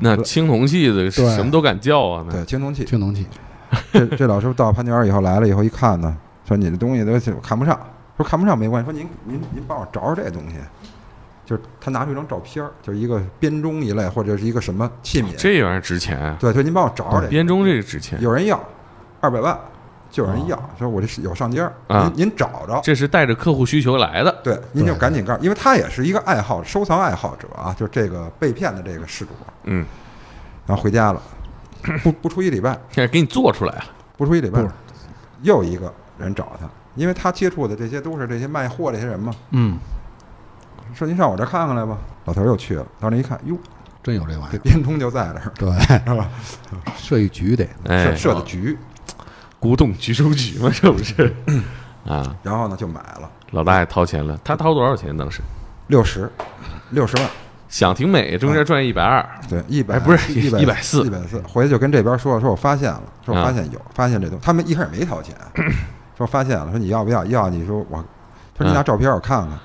Speaker 3: 那青铜器的
Speaker 5: 对
Speaker 3: 什么都敢叫啊？那
Speaker 2: 对，青铜器。
Speaker 5: 青铜器，
Speaker 2: 这这老师傅到潘家园以后来了以后一看呢，说你的东西都我看不上，说看不上没关系，说您您您帮我找找这东西，就是他拿出一张照片儿，就是一个编钟一类或者是一个什么器皿，
Speaker 3: 这玩意儿值钱啊，
Speaker 2: 对，说您帮我找找这，
Speaker 3: 编钟这个值钱，啊
Speaker 2: 有人要二百万，就有人要，说我这是有上家儿，
Speaker 3: 哦啊
Speaker 2: 您您找着。
Speaker 3: 这是带着客户需求来的。
Speaker 2: 对，您就
Speaker 5: 对
Speaker 2: 赶紧告诉，因为他也是一个爱好收藏爱好者啊，就是这个被骗的这个事主，
Speaker 3: 嗯，
Speaker 2: 然后回家了，不不出一礼拜，
Speaker 3: 这给你做出来啊，
Speaker 2: 不出一礼拜
Speaker 5: 不，
Speaker 2: 又一个人找他，因为他接触的这些都是这些卖货这些人嘛，
Speaker 4: 嗯，
Speaker 2: 说您上我这儿看看来吧。老头儿又去了，到那一看，哟，
Speaker 5: 真有这玩意
Speaker 2: 这
Speaker 5: 儿。
Speaker 2: 编钟就在这儿，
Speaker 5: 对，
Speaker 2: 是吧？
Speaker 5: 设一局得
Speaker 3: 哎，
Speaker 2: 设设的局，
Speaker 3: 古董局收局嘛，这不是？啊，
Speaker 2: 然后呢就买了
Speaker 3: 老大爷掏钱了，他掏多少钱当时？
Speaker 2: 六十，六十万，
Speaker 3: 想挺美，中间赚一百二，
Speaker 4: 嗯
Speaker 2: 对，一百
Speaker 3: 哎不是
Speaker 2: 一百
Speaker 3: 140
Speaker 2: 一百四，回去就跟这边说了，说我发现了，说
Speaker 3: 啊
Speaker 2: 我发现有，发现这东西，他们一开始没掏 钱，说发现了，说你要不要？要你说我，他说
Speaker 3: 嗯
Speaker 2: 你拿照片我看看，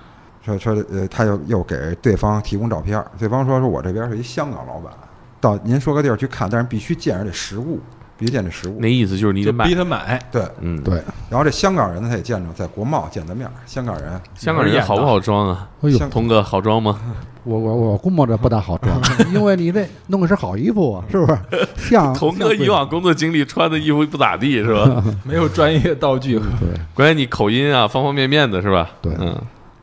Speaker 2: 说说呃，他又又给对方提供照片，对方说说我这边是一香港老板，到您说个地儿去看，但是必须见着这实物，必须见这实物
Speaker 3: 那，意思就是你得
Speaker 4: 就
Speaker 3: 买
Speaker 4: 逼，他买，
Speaker 2: 对，
Speaker 3: 嗯，
Speaker 5: 对，
Speaker 2: 然后这香港人呢，他也见着，在国贸见的面儿，香港人，
Speaker 3: 香港人好不好装啊？
Speaker 4: 嗯
Speaker 5: 哎呦，
Speaker 2: 香
Speaker 3: 童哥好装吗？
Speaker 5: 我我我估摸着不大好装，因为你这弄的是好衣服啊，是不是？
Speaker 4: 啊
Speaker 5: 像
Speaker 3: 童哥
Speaker 5: 像
Speaker 3: 以往工作经历穿的衣服不咋地是吧？
Speaker 4: 没有专业道具，
Speaker 3: 关键你口音啊，方方面面的是吧？
Speaker 5: 对
Speaker 3: 嗯，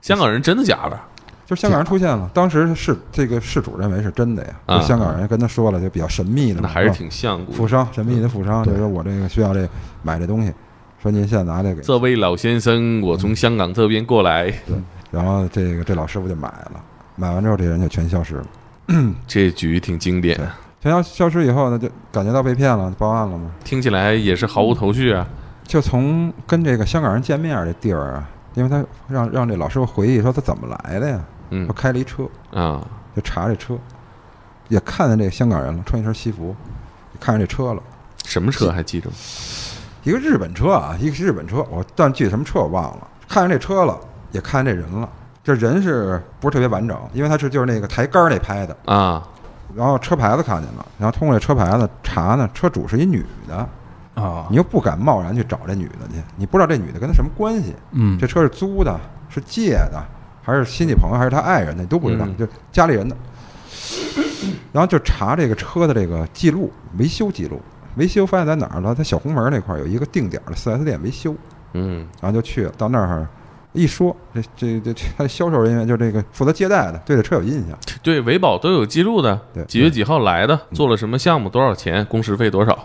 Speaker 3: 香港人真的假的？
Speaker 2: 就是香港人出现了，当时是这个事主认为是真的呀，
Speaker 3: 啊
Speaker 2: 就香港人跟他说了，就比较神秘的
Speaker 3: 那
Speaker 2: 嘛，
Speaker 3: 还是
Speaker 2: 吧
Speaker 3: 挺像古
Speaker 2: 富商神秘的富商，就说我这个需要这买这东西，说您现在拿这个，
Speaker 3: 这位老先生，我从香港这边过来，
Speaker 2: 然后这个这老师傅就买了，买完之后这人就全消失了，
Speaker 3: 这局挺经典，
Speaker 2: 全消消失以后呢，就感觉到被骗了，报案了嘛，
Speaker 3: 听起来也是毫无头绪啊。
Speaker 2: 就从跟这个香港人见面这地儿啊，因为他让让这老师傅回忆说他怎么来的呀，
Speaker 3: 嗯
Speaker 2: 他开了一车，
Speaker 3: 啊，
Speaker 2: 就查这车，也看见这香港人了，穿一身西服，也看见这车了。
Speaker 3: 什么车还记着吗？
Speaker 2: 一个日本车啊，一个日本车，我但具体什么车我忘了。看见这车了，也看见这人了。这人是不是特别完整？因为他是就是那个抬杆儿那拍的，
Speaker 3: 啊，
Speaker 2: 然后车牌子看见了，然后通过这车牌子查呢，车主是一女的，
Speaker 4: 啊，
Speaker 2: 你又不敢贸然去找这女的去，你不知道这女的跟他什么关系，
Speaker 4: 嗯
Speaker 2: 这车是租的，是借的，还是亲戚朋友，还是他爱人的，你都不知道，
Speaker 3: 嗯
Speaker 2: 就家里人的。然后就查这个车的这个记录，维修记录，维修发现在哪儿了？在小红门那块儿有一个定点的 4S 店维修，
Speaker 3: 嗯
Speaker 2: 然后就去了，到那儿一说，这这这这他销售人员就这个负责接待的，对这车有印象，
Speaker 3: 对，维保都有记录的
Speaker 2: 对，
Speaker 3: 几月几号来的，做了什么项目，多少钱，工时费多少？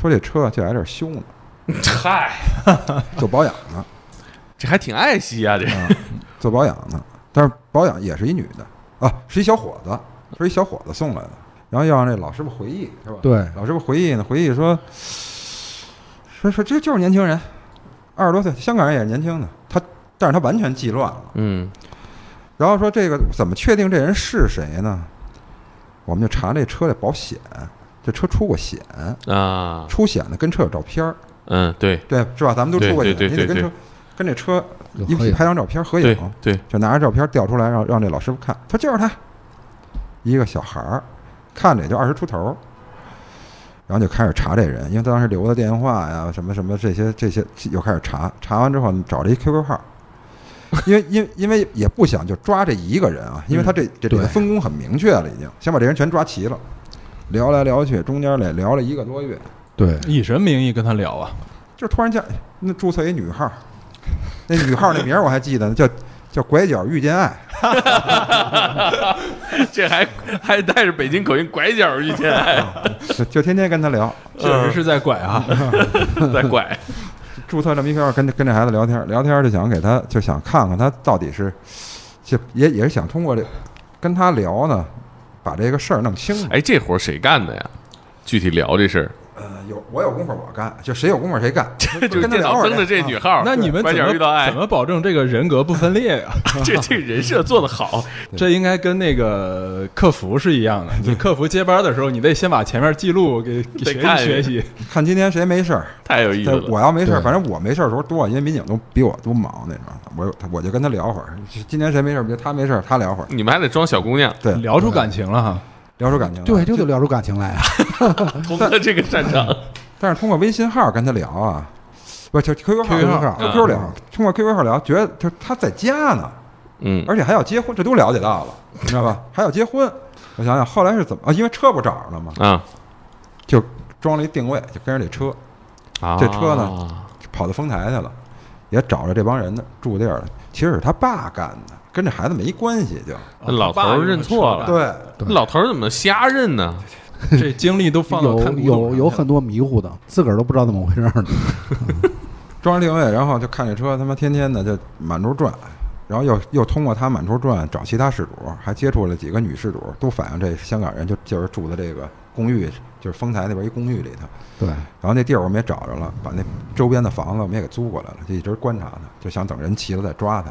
Speaker 2: 说这车就在这儿修呢，
Speaker 3: 嗨，
Speaker 2: 做保养呢，
Speaker 3: 这还挺爱惜啊，这
Speaker 2: 啊，做保养呢，但是保养也是一女的啊，是一小伙子，是一小伙子送来的，然后要让这老师傅回忆是吧？
Speaker 5: 对
Speaker 2: 老师傅回忆呢，回忆说，说说这就是年轻人，二十多岁，香港人也是年轻的，他但是他完全记乱了。
Speaker 3: 嗯
Speaker 2: 然后说这个怎么确定这人是谁呢？我们就查这车的保险，这车出过险，
Speaker 3: 啊，
Speaker 2: 出险的跟车有照片儿，
Speaker 3: 嗯，对
Speaker 2: 对是吧？咱们都出过
Speaker 3: 对
Speaker 2: 险，
Speaker 3: 对对
Speaker 2: 你
Speaker 3: 对
Speaker 2: 得跟车跟这车
Speaker 5: 有
Speaker 2: 一
Speaker 5: 合
Speaker 2: 起
Speaker 5: 影
Speaker 2: 拍张照片儿合
Speaker 3: 对
Speaker 2: 影，
Speaker 3: 对，
Speaker 2: 就拿着照片调出来，让让这老师傅看，他说就是他，一个小孩儿，看着也就二十出头儿，然后就开始查这人，因为他当时留的电话呀，什么什么这些这些，又开始查，查完之后找了一 QQ 号，因为因因为也不想就抓这一个人啊，因为他这这里
Speaker 5: 对
Speaker 2: 的分工很明确了，已经想把这人全抓齐了，聊来聊去，中间也聊了一个多月，
Speaker 5: 对
Speaker 4: 以什么名义跟他聊啊？
Speaker 2: 就突然间哎那注册一女号，那女号那名儿我还记得呢，叫叫拐角遇见爱。
Speaker 3: 这还还带着北京口音拐角遇见爱，
Speaker 2: 就 就天天跟他聊，
Speaker 4: 确实是在拐啊，
Speaker 3: 在拐，
Speaker 2: 注册这么一票，跟跟这孩子聊天，聊天就想给他，就想看看他到底是，就也也是想通过这跟他聊呢，把这个事儿弄清楚。
Speaker 3: 哎，这活儿谁干的呀？具体聊这事儿，
Speaker 2: 呃，有我有功夫我干，就谁有功夫谁干，
Speaker 3: 就
Speaker 2: 就是跟他
Speaker 3: 电脑
Speaker 2: 聊
Speaker 3: 登着
Speaker 2: 着
Speaker 3: 这女号，
Speaker 4: 那你们
Speaker 3: 拐
Speaker 4: 怎
Speaker 3: 角遇到
Speaker 4: 么
Speaker 3: 爱
Speaker 4: 怎，么保证这个人格不分裂呀？
Speaker 3: 这这人设做的好，
Speaker 4: 这应该跟那个客服是一样的，你客服接班的时候，你得先把前面记录给给
Speaker 3: 得
Speaker 4: 学
Speaker 3: 看
Speaker 4: 习学习。
Speaker 2: 看今天谁没事儿。
Speaker 3: 太有意思
Speaker 2: 但
Speaker 3: 了。
Speaker 2: 我要没事儿，
Speaker 5: 对
Speaker 2: 反正我没事儿的时候多，因为民警都比我都忙那种。我我就跟他聊会儿，今天谁没事儿，就他没事儿，他聊会儿，
Speaker 3: 你们还得装小姑 娘，
Speaker 2: 对，
Speaker 4: 聊出感情了哈，
Speaker 2: 聊出感情来。
Speaker 5: 对，就得聊出感情来啊。
Speaker 3: 通过这个战场，
Speaker 2: 但是通过微信号跟他聊啊，不是就 QQ 号
Speaker 4: QQ
Speaker 5: 号
Speaker 2: QQ 聊，通过 QQ 号聊，觉得他他在家呢，
Speaker 3: 嗯，
Speaker 2: 而且还要结婚，这都了解到了，你知道吧？还要结婚，我想想后来是怎么啊？因为车不找着了嘛，
Speaker 3: 啊
Speaker 2: 就装了一定位，就跟着这车
Speaker 3: 啊，
Speaker 2: 这车呢？跑到丰台去了，也找着这帮人呢，住地儿了。其实是他爸干的，跟这孩子没关系就，
Speaker 4: 啊
Speaker 3: 那老头儿认错了，
Speaker 2: 对。
Speaker 5: 对
Speaker 3: 老头儿怎么瞎认呢？
Speaker 4: 这精力都放到看
Speaker 5: 有
Speaker 4: 古
Speaker 5: 有
Speaker 4: 董上
Speaker 5: 有
Speaker 4: 去了
Speaker 5: 很多迷糊的，自个儿都不知道怎么回事儿呢。
Speaker 2: 装上定位，然后就看这车他妈天天的就满处转，然后又又通过他满处转找其他事主，还接触了几个女事主，都反映这香港人就就是住的这个公寓，就是丰台那边一公寓里头。
Speaker 5: 对，
Speaker 2: 然后那地儿我们也找着了，把那周边的房子我们也给租过来了，就一直观察他，就想等人齐了再抓他。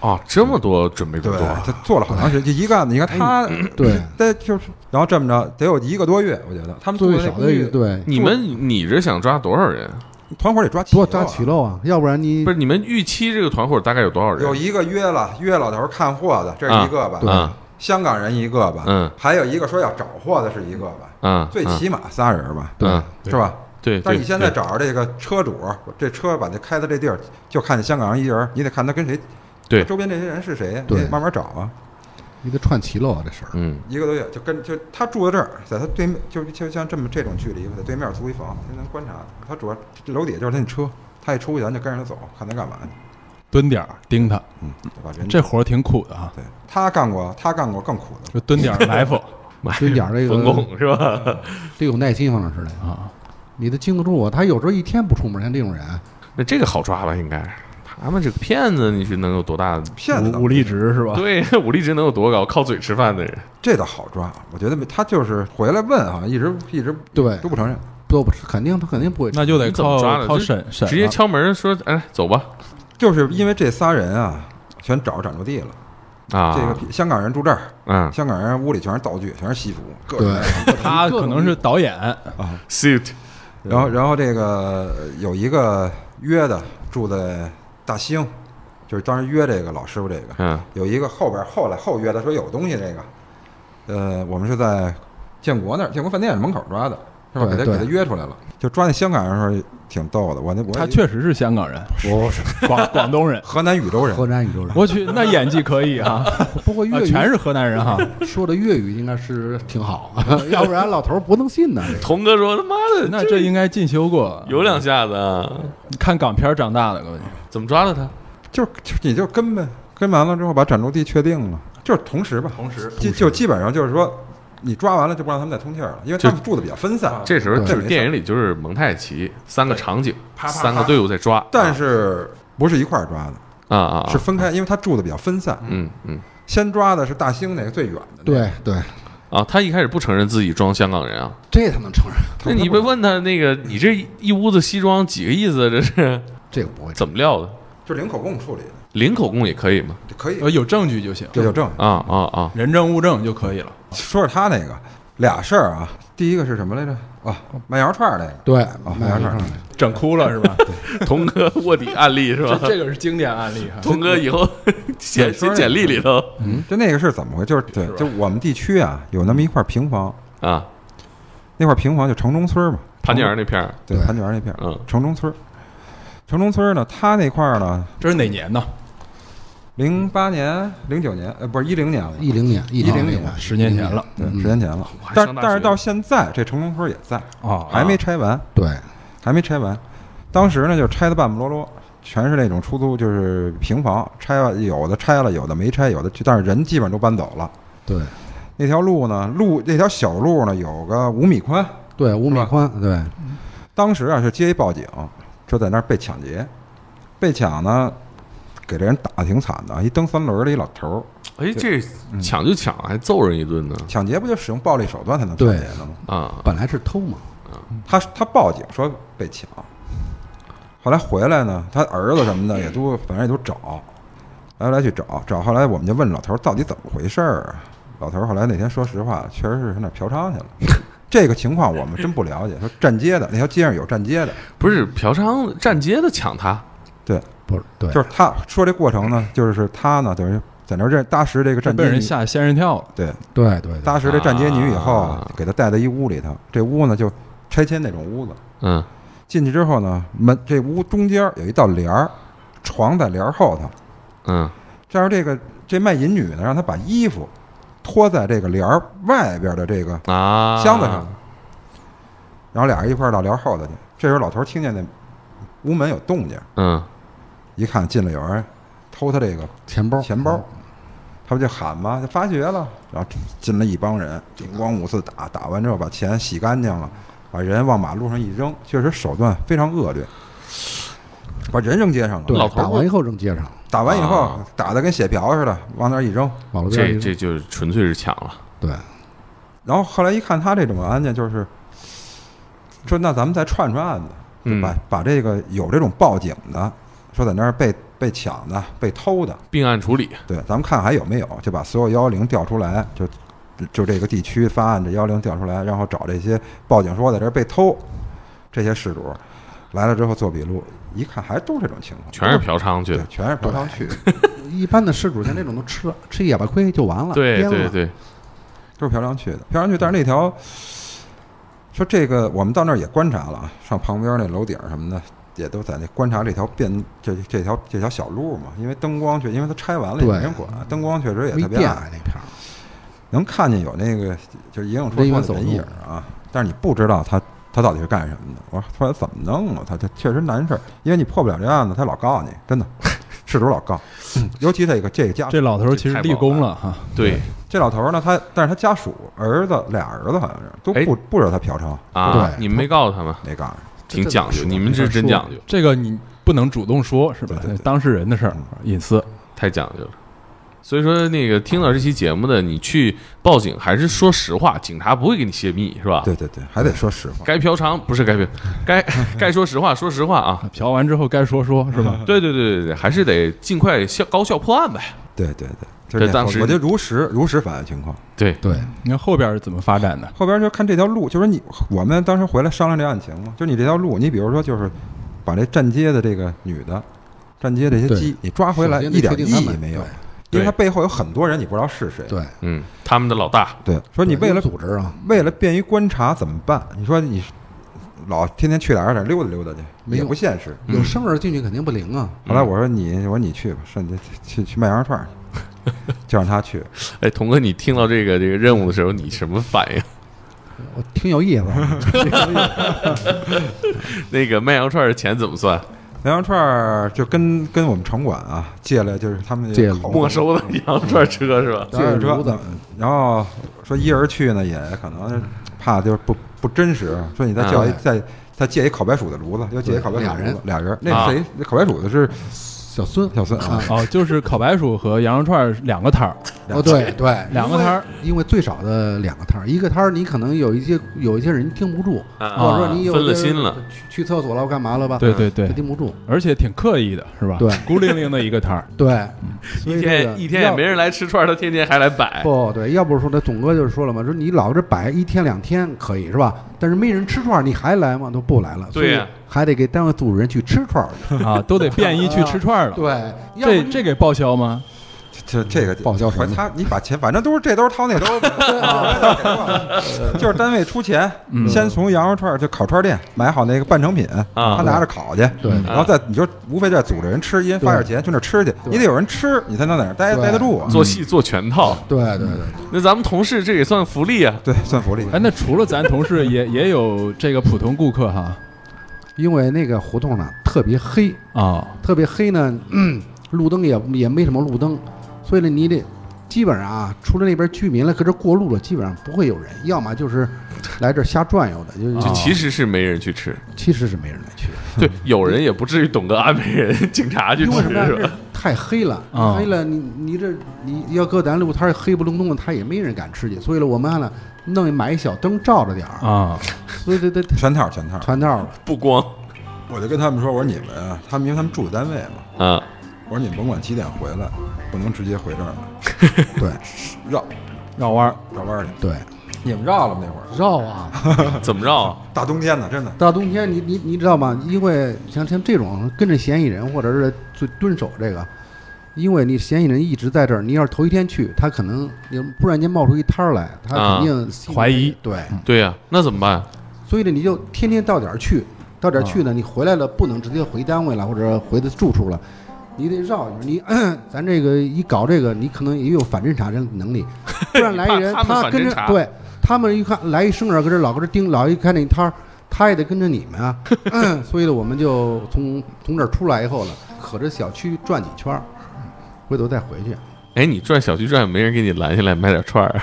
Speaker 3: 哦，这么多准备工
Speaker 2: 对
Speaker 3: 作
Speaker 2: 他
Speaker 3: 啊，
Speaker 2: 做了好长时间，就一干，你看他，
Speaker 5: 对，
Speaker 2: 他就是，然后这么着得有一个多月，我觉得他们住
Speaker 5: 最
Speaker 2: 的那
Speaker 5: 少
Speaker 2: 公
Speaker 5: 的一
Speaker 2: 寓
Speaker 5: 个，对，
Speaker 3: 你们你这想抓多少人？
Speaker 2: 团伙得抓齐
Speaker 5: 多
Speaker 2: 了，
Speaker 5: 扎起漏啊，要不然你
Speaker 3: 不是你们预期这个团伙大概有多少人？
Speaker 2: 有一个约了约老头看货的，这是一个吧？
Speaker 5: 对
Speaker 3: 啊
Speaker 2: 香港人一个吧？
Speaker 3: 嗯，
Speaker 2: 还有一个说要找货的是一个吧？
Speaker 3: 嗯，
Speaker 2: 最
Speaker 3: 嗯
Speaker 2: 起码仨人吧？
Speaker 3: 嗯
Speaker 2: 是吧？
Speaker 3: 对，
Speaker 2: 但
Speaker 3: 对
Speaker 2: 是你现在
Speaker 3: 对
Speaker 2: 找着这个车主，这车把这开到这地儿，就看见香港人一人，你得看他跟谁，
Speaker 3: 对
Speaker 2: 周边这些人是谁，
Speaker 5: 对
Speaker 2: 你得慢慢找啊。
Speaker 5: 你得串齐漏啊，这事儿。
Speaker 3: 嗯
Speaker 2: 一个多月就跟就他住在这儿，在他对面，就就像这么这种距离，在对面租一房，天天观察他。他主要楼底下就是他那车，他一出去咱就跟着他走，看他干嘛去。
Speaker 4: 蹲点儿盯他，
Speaker 2: 嗯，对吧？人
Speaker 4: 这活儿挺苦的哈，啊
Speaker 2: 对他干过，他干过更苦的。
Speaker 4: 就蹲点儿埋伏
Speaker 5: 蹲点儿这
Speaker 3: 哎 分
Speaker 5: 个
Speaker 3: 工是吧？
Speaker 5: 得有耐心，反正是得，
Speaker 4: 啊，
Speaker 5: 你得经得住啊。他有时候一天不出门，像这种人，
Speaker 3: 那这个好抓吧？应该他们这个骗子，你是能有多大？
Speaker 2: 骗子倒
Speaker 4: 武武力值是吧？
Speaker 3: 对， 武力值能有多高？靠嘴吃饭的人，
Speaker 2: 这倒好抓，我觉得没他就是回来问啊，一直一直
Speaker 5: 嗯对
Speaker 2: 都，不承认。
Speaker 5: 都不肯定他肯定不会。
Speaker 4: 那就得
Speaker 3: 你怎么
Speaker 4: 靠
Speaker 3: 抓的
Speaker 4: 靠
Speaker 3: 就是
Speaker 4: 审啊审
Speaker 3: 直接
Speaker 4: 了
Speaker 3: 敲门说：“哎，走吧。
Speaker 2: 就是因为这仨人啊，全找着展落地了。”
Speaker 3: 啊，
Speaker 2: 这个香港人住这儿，
Speaker 3: 嗯
Speaker 2: 香港人屋里全是道具，全是西服，各种
Speaker 5: 对
Speaker 2: 人。
Speaker 4: 他可能是导演，
Speaker 3: ，suit
Speaker 2: 然后，然后这个有一个约的住在大兴，就是当时约这个老师傅这个，
Speaker 3: 嗯
Speaker 2: 有一个后边后来后约的说有东西这个，呃，我们是在建国那儿建国饭店门口抓的，是吧？给
Speaker 5: 对
Speaker 2: 他
Speaker 5: 对
Speaker 2: 给他约出来了，就抓那香港人的时候挺逗的，我那我
Speaker 4: 他确实是香港人，
Speaker 5: 不是
Speaker 4: 广广东人。
Speaker 2: 河南禹州人，
Speaker 5: 河南语州人，
Speaker 4: 我去，那演技可以啊，
Speaker 5: 不过
Speaker 4: 啊
Speaker 5: 粤语
Speaker 4: 全是河南人哈。
Speaker 5: 说的粤语应该是挺好，啊 要不然老头儿不能信呢。这个
Speaker 3: 童哥说：“他妈的，
Speaker 4: 那这应该进修过，
Speaker 3: 有两下子，啊，
Speaker 4: 看港片长大的，我跟你
Speaker 3: 怎么抓的他？
Speaker 2: 就是就是你就跟呗，跟完了之后把展出地确定了，就是同时吧，
Speaker 4: 同时
Speaker 2: 就就基本上就是说，你抓完了就不让他们再通气儿了，因为他们住的比较分散。
Speaker 4: 啊
Speaker 3: 这时候
Speaker 5: 对
Speaker 3: 就是电影里就是蒙太奇，三个场景，
Speaker 2: 啪啪啪
Speaker 3: 三个队伍在抓，
Speaker 2: 但是不是一块儿抓
Speaker 3: 啊
Speaker 2: 的，
Speaker 3: 啊，啊
Speaker 2: 是分开，因为他住的比较分散。
Speaker 3: 嗯嗯
Speaker 2: 先抓的是大兴那个最远的，，
Speaker 5: 对对，
Speaker 3: 啊，他一开始不承认自己装香港人啊，
Speaker 5: 这他能承认？
Speaker 3: 那你别问他那个，你这一屋子西装几个意思啊？这是
Speaker 5: 这个不会。
Speaker 3: 怎么料的？
Speaker 2: 就零口供处理的，
Speaker 3: 零口供也可以嘛？
Speaker 2: 就可以
Speaker 4: 说，，有证据就行，
Speaker 2: 这就证。
Speaker 3: 啊啊啊！
Speaker 4: 人证物证就可以了。
Speaker 2: 说说他那个俩事儿啊，第一个是什么来着？啊，卖羊肉串儿那个，
Speaker 5: 对，
Speaker 2: 没
Speaker 5: 买
Speaker 2: 事儿
Speaker 4: 整哭了是吧？
Speaker 3: 童哥卧底案例是吧？
Speaker 4: 这个是经典案例哈。
Speaker 3: 童哥以后写写
Speaker 2: 说这
Speaker 3: 简历里头
Speaker 2: 就那个是怎么回？就是对，就我们地区啊，有那么一块平房，
Speaker 3: 啊，
Speaker 2: 那块平房就城中村嘛，
Speaker 3: 潘家园那片儿，
Speaker 2: 对，
Speaker 5: 对
Speaker 2: 潘家园那片儿，
Speaker 3: 嗯
Speaker 2: 城中村儿。城中村儿呢，他那块儿呢，
Speaker 4: 这是哪年呢？
Speaker 2: 零八年、零九年，呃，不是一零年了，
Speaker 5: 一零年，一
Speaker 2: 10
Speaker 5: 年
Speaker 2: 啊年，
Speaker 4: 十年前了
Speaker 2: 对，
Speaker 5: 嗯
Speaker 2: 十年前了
Speaker 3: 我还。
Speaker 2: 但
Speaker 3: 上大学
Speaker 2: 但是到现在，这城中村也在，
Speaker 4: 啊
Speaker 2: 还没拆完，
Speaker 5: 对，
Speaker 2: 还没拆完。当时呢，就拆的半不落落，全是那种出租，就是平房，拆了有的拆了，有的没拆，有的就但是人基本都搬走了。
Speaker 5: 对
Speaker 2: 那条路呢，路那条小路呢，有个五米宽。
Speaker 5: 对，五米宽，对
Speaker 2: 当时啊，是接一报警，说在那儿被抢劫，被抢呢，给这人打的挺惨的，一蹬三轮儿的一老头儿。
Speaker 3: 哎，这抢就抢，还揍人一顿呢
Speaker 2: 抢劫不就使用暴力手段才能抢
Speaker 5: 对
Speaker 2: 劫的吗？
Speaker 3: 啊！
Speaker 5: 本来是偷嘛，
Speaker 2: 他他报警说被抢，后来回来呢，他儿子什么的也都反正也都找，来来去找找，后来我们就问老头儿到底怎么回事儿啊？老头儿后来那天说实话，确实是上那儿嫖娼去了。 这个情况我们真不了解。说站街的那条街上有站街的，
Speaker 3: 不是嫖娼站街的抢他，
Speaker 2: 对，
Speaker 5: 不是对，
Speaker 2: 就是他说这过程呢，就是他呢等于在那儿认大石这个
Speaker 4: 这
Speaker 2: 站
Speaker 4: 被
Speaker 2: 街
Speaker 4: 人
Speaker 2: 女，
Speaker 4: 吓仙人跳了。
Speaker 2: 对，
Speaker 5: 对对对
Speaker 2: 大石这站街女以后啊
Speaker 3: 啊，
Speaker 2: 给他带到一屋里头，这屋呢就拆迁那种屋子，
Speaker 3: 嗯
Speaker 2: 进去之后呢，门这屋中间有一道帘儿，床在帘儿后头。
Speaker 3: 嗯
Speaker 2: 这样这个这卖淫女呢，让她把衣服脱在这个帘儿外边的这个，
Speaker 3: 啊，
Speaker 2: 箱子上然后俩人一块儿到帘儿后头去。这时候老头儿听见那屋门有动静，
Speaker 3: 嗯
Speaker 2: 一看进来有人偷他这个
Speaker 5: 钱包
Speaker 2: 钱包，他不就喊吗？就发觉了，然后进来一帮人，叮咣五四打，打完之后把钱洗干净了，把人往马路上一扔，确实手段非常恶劣，把人扔街上了。
Speaker 5: 对
Speaker 3: 老，头儿
Speaker 5: 打完以后扔街上，
Speaker 2: 打完以后，
Speaker 3: 啊
Speaker 2: 打的跟血瓢似的，往那儿一扔。
Speaker 5: 马路
Speaker 3: 这
Speaker 5: 边儿
Speaker 3: 这就是纯粹是抢了，
Speaker 5: 对
Speaker 2: 然后后来一看他这种案件，就是说那咱们再串串案子，
Speaker 3: 嗯
Speaker 2: 把把这个有这种报警的，说在那儿被被被抢的、被偷的，
Speaker 3: 并案处理，
Speaker 2: 对，咱们看还有没有，就把所有幺幺零调出来，就就这个地区发案这幺幺零调出来，然后找这些报警说在这儿被偷，这些事主来了之后做笔录，一看还都是这种情况，
Speaker 3: 全是嫖娼去
Speaker 2: 对
Speaker 3: 的，，
Speaker 2: 全是嫖娼去，
Speaker 5: 一般的失主像这种都吃了吃一哑巴亏就完了，
Speaker 3: 对
Speaker 5: 颠了
Speaker 3: 对对，
Speaker 2: 都是嫖娼去的，嫖娼去。但是那条说这个，我们到那儿也观察了啊，上旁边那楼顶什么的，也都在那观察这条变这这条这条小路嘛，因为灯光确，因为它拆完了也
Speaker 5: 对
Speaker 2: 没人管，灯光确实也
Speaker 5: 没
Speaker 2: 特别
Speaker 5: 电啊
Speaker 2: 暗，
Speaker 5: 那片儿，
Speaker 2: 能看见有那个就是影影绰
Speaker 5: 人
Speaker 2: 绰
Speaker 5: 员
Speaker 2: 的
Speaker 5: 走
Speaker 2: 人影儿啊，但是你不知道他他到底是干什么的。我说后来怎么弄啊？他这确实难事儿，因为你破不了这案子，他老告你，真的， 事主老告，嗯尤其这个这个家属
Speaker 4: 这老头儿其
Speaker 3: 这
Speaker 4: 实
Speaker 3: 太
Speaker 4: 立功了哈，
Speaker 3: 对
Speaker 2: 这老头儿呢，他但是他家属儿子俩儿子好像是都
Speaker 3: 哎
Speaker 2: 不不知道他嫖娼
Speaker 3: 啊，
Speaker 5: 对
Speaker 3: 你们没告诉他们，
Speaker 2: 没干，
Speaker 5: 这
Speaker 3: 挺讲究，
Speaker 5: 这
Speaker 3: 你们这是真讲究，
Speaker 4: 这个你不能主动说，是
Speaker 2: 对
Speaker 4: 吧
Speaker 2: 对对？
Speaker 4: 当事人的事儿，隐私。
Speaker 3: 太讲究了。所以说，那个听到这期节目的，你去报警，还是说实话，警察不会给你泄密，是吧？
Speaker 2: 对对对，还得说实话。
Speaker 3: 该嫖娼不是该嫖，该该说实话，说实话啊。
Speaker 4: 嫖完之后该说说，是 吧？
Speaker 3: 对对对对对，还是得尽快效高效破案呗。
Speaker 2: 对对对，就是
Speaker 3: 这当时
Speaker 2: 我就如实如实反映情况。
Speaker 3: 对，
Speaker 5: 对，
Speaker 2: 嗯
Speaker 4: 你看后边是怎么发展的？
Speaker 2: 后边就看这条路，就是你我们当时回来商量这案情嘛，就是你这条路，你比如说就是把这站街的这个女的，站街这些
Speaker 5: 对
Speaker 2: 鸡，你抓回来
Speaker 5: 首先
Speaker 2: 一
Speaker 5: 得
Speaker 2: 点
Speaker 5: 确定
Speaker 2: 意
Speaker 5: 他
Speaker 2: 义
Speaker 5: 们
Speaker 2: 没有，因
Speaker 3: 对
Speaker 2: 为他背后有很多人你不知道是谁。
Speaker 5: 对，
Speaker 3: 嗯，他们的老大，
Speaker 2: 对，说你
Speaker 5: 对
Speaker 2: 为了
Speaker 5: 有组织啊，
Speaker 2: 为了便于观察怎么办？你说你老天天去俩人在那溜达溜达去，
Speaker 5: 没
Speaker 2: 也
Speaker 5: 用
Speaker 2: 不现实。
Speaker 5: 有生人进去肯定不灵啊，
Speaker 2: 后来我说你，我说你去吧，上去去去卖羊肉串儿去，就让他去。
Speaker 3: 哎，童哥，你听到这个这个任务的时候，你什么反应？
Speaker 5: 我挺有意思，
Speaker 3: 那个卖羊肉串的钱怎么算？
Speaker 2: 羊肉串儿就跟跟我们城管啊借了，就是他们
Speaker 5: 借了
Speaker 2: 口
Speaker 3: 没收的羊肉串车是吧？
Speaker 2: 借了
Speaker 5: 借了炉子
Speaker 2: 车，嗯然后说一人去呢，也可能怕就是不不真实，说你再叫一
Speaker 5: 啊
Speaker 2: 再再借一烤白薯的炉子，又借一烤白薯的
Speaker 5: 俩人
Speaker 2: 炉子俩人，
Speaker 3: 啊
Speaker 2: 那谁那烤白薯的是
Speaker 5: 小孙，
Speaker 2: 小孙啊
Speaker 5: 啊，
Speaker 4: 哦，就是烤白薯和羊肉串儿两个摊儿，
Speaker 5: 哦，对对，
Speaker 4: 两个摊儿
Speaker 5: 因为，因为最少的两个摊儿，一个摊儿你可能有一些有一些人听不住，
Speaker 3: 啊
Speaker 5: 或者说你有
Speaker 3: 分了
Speaker 5: 的
Speaker 3: 心了，
Speaker 5: 去去厕所了或干嘛了吧，
Speaker 4: 对嗯对对
Speaker 5: 他，听不住，
Speaker 4: 而且挺刻意的，是吧？
Speaker 5: 对
Speaker 4: 孤零零的一个摊 儿，
Speaker 5: 对，
Speaker 4: 嗯
Speaker 3: 一天一天也没
Speaker 5: 人。
Speaker 3: 人来吃串，他天天还来摆。
Speaker 5: 不对，要不是说那总哥就是说了嘛，说你老这摆一天两天可以是吧？但是没人吃串儿，你还来吗？都不来了，
Speaker 3: 对呀
Speaker 5: 所以还得给单位组织人去吃串儿去。
Speaker 4: 啊，都得便衣去吃串儿了。
Speaker 5: 对，要
Speaker 4: 这
Speaker 5: 不
Speaker 4: 这给报销吗？
Speaker 2: 这这个
Speaker 5: 报销什么
Speaker 2: 他你把钱，反正都是这都是掏那兜子， 就是单位出钱，先从羊肉串儿就烤串店买好那个半成品，
Speaker 3: 啊
Speaker 2: 他拿着烤去，
Speaker 5: 对
Speaker 2: 然后再你就无非再组织人吃，一人发点钱去那儿吃去，你得有人吃，你才能在那儿待
Speaker 5: 对
Speaker 2: 待得住啊。
Speaker 3: 做戏做全套，
Speaker 5: 对对
Speaker 3: 那咱们同事这也算福利啊！
Speaker 2: 对，算福利。
Speaker 4: 哎，那除了咱同事也，也有这个普通顾客哈
Speaker 5: 对，因为那个胡同呢特别黑，
Speaker 4: 啊，
Speaker 5: 特别黑呢， 嗯路灯也也没什么路灯，所以呢你得基本上啊，除了那边居民了，搁这过路了，基本上不会有人，要么就是来这儿瞎转悠的，就是、
Speaker 4: 啊
Speaker 3: 就其实是没人去 吃，
Speaker 5: 其实是没人来去。
Speaker 3: 对，有人也不至于懂得安排人警察去
Speaker 5: 因
Speaker 3: 吃
Speaker 5: 为什么呀？
Speaker 3: 是
Speaker 5: 这
Speaker 3: 吧？
Speaker 5: 太黑了，
Speaker 4: 啊
Speaker 5: 黑了，你你这你要搁咱路摊儿黑不隆咚的，他也没人敢吃去。所以了，我们呢弄一买一小灯照着点儿，
Speaker 4: 啊，
Speaker 5: 所以得得
Speaker 2: 全套全套，
Speaker 5: 传道了。
Speaker 3: 不光
Speaker 2: 我就跟他们说，我说你们啊，他们因为他们住单位嘛，
Speaker 3: 啊，
Speaker 2: 我说你们甭管几点回来，不能直接回这儿了，
Speaker 5: 对
Speaker 2: 绕
Speaker 4: 绕弯儿
Speaker 2: 绕弯儿去。
Speaker 5: 对，
Speaker 2: 你们绕了吗那会儿，
Speaker 5: 绕啊！
Speaker 3: 怎么着啊？
Speaker 2: 大冬天的，真的。
Speaker 5: 大冬天你你你知道吗？因为像像这种跟着嫌疑人或者是遵蹲守这个，因为你嫌疑人一直在这儿，你要是头一天去，他可能你突然间冒出一摊儿来，他
Speaker 3: 啊
Speaker 5: 肯定心里
Speaker 4: 怀疑
Speaker 5: 对。
Speaker 3: 对呀、那怎么办？
Speaker 5: 所以呢，你就天天到点儿去，到点儿
Speaker 3: 啊
Speaker 5: 去呢，你回来了不能直接回单位了，或者回的住处了，你得绕一圈。你 咱这个一搞这个，你可能也有反侦查这 能力，不然来一人，
Speaker 3: 你怕他们
Speaker 5: 他
Speaker 3: 反
Speaker 5: 跟
Speaker 3: 侦
Speaker 5: 着
Speaker 3: 查
Speaker 5: 对他们一看来一生人搁这老搁这盯，老一看那摊儿，他也得跟着你们啊。 所以呢，我们就从从这儿出来以后了，可着小区转几圈儿，回头再回去。
Speaker 3: 哎，你转小区转，没人给你拦下来买点串儿啊？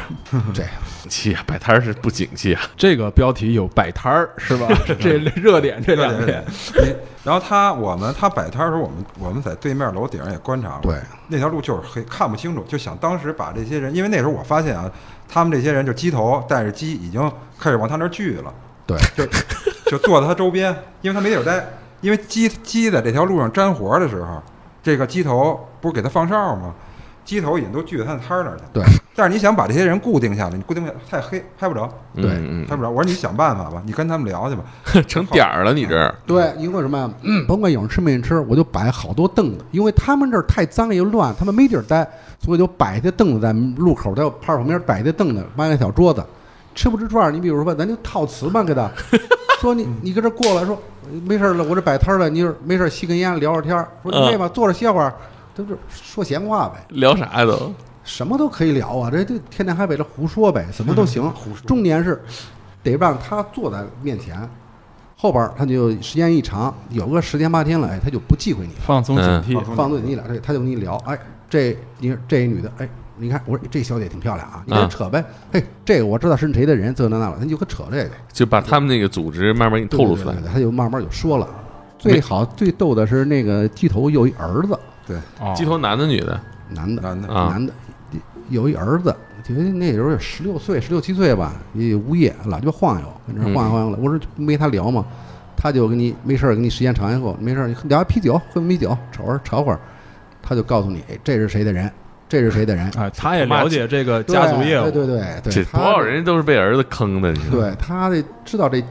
Speaker 5: 这样
Speaker 3: 气啊，摆摊儿是不景气啊！
Speaker 4: 这个标题有摆摊儿是吧？ 这热点这两天，
Speaker 2: 你 然后他我们他摆摊儿的时候，我们我们在对面楼顶上也观察过，
Speaker 5: 对，
Speaker 2: 那条路就是黑，看不清楚，就想当时把这些人，因为那时候我发现啊，他们这些人就鸡头带着鸡已经开始往他那儿聚了，
Speaker 5: 对，
Speaker 2: 就就坐在他周边，因为他没地儿待，因为鸡鸡在这条路上沾活儿的时候，这个机头不是给他放哨吗？机头已经都聚到他的摊儿那儿去了。
Speaker 5: 对，
Speaker 2: 但是你想把这些人固定下来，你固定不了太黑，拍不着，
Speaker 5: 对
Speaker 3: 嗯
Speaker 2: 拍不着。我说你想办法吧，你跟他们聊去吧。
Speaker 3: 嗯， 成点儿了，你这儿
Speaker 5: 对，因为什么呀？嗯甭管有人吃没人吃，我就摆好多凳子，因为他们这儿太脏又乱，他们没地儿待，所以就摆一些凳子在路口，在派出所旁边摆一些凳子，搬一小桌子，吃不吃串儿，你比如说，咱就套词嘛，给他说你你跟这过来说没事儿了，我这摆摊儿了，你没事儿吸根烟聊聊天儿，说你累吧，坐着歇会儿，都是说闲话呗。
Speaker 3: 聊啥呀都？
Speaker 5: 什么都可以聊啊，这这天南海北这胡说呗，什么都行。重点是得让他坐在面前，后边儿他就时间一长，有个十天八天了，哎，他就不忌讳你，
Speaker 4: 放松警
Speaker 2: 放
Speaker 4: 惕，
Speaker 2: 松
Speaker 5: 放对你俩，这他就跟你聊，哎，这你这女的，哎，你看我说这小姐挺漂亮啊，你跟她扯呗，嘿，这个我知道是谁的人，这那那了，他就给扯这个，
Speaker 3: 就把他们那个组织慢慢给你透露出来
Speaker 5: 对对对对他就慢慢就说了。最好最逗的是那个鸡头有一儿子，
Speaker 2: 对，
Speaker 4: 哦
Speaker 3: 嗯鸡头男的女的
Speaker 5: 男的，
Speaker 2: 男的
Speaker 3: 啊
Speaker 5: 男的，有一儿子，觉得那时候十六岁、十六七岁吧，也无业，老鸡巴晃悠，跟这儿晃悠晃悠了。我说没他聊嘛，他就跟你没事儿跟你时间长以后，没事儿你聊下啤酒，喝米酒，瞅会儿吵会儿，他就告诉你，哎这是谁的人，这是谁的人，
Speaker 4: 啊，他也了解这个 家族业务，
Speaker 5: 对对对对，
Speaker 3: 这
Speaker 5: 他
Speaker 3: 多少人都是被儿子坑的，你说？
Speaker 5: 对他得知道这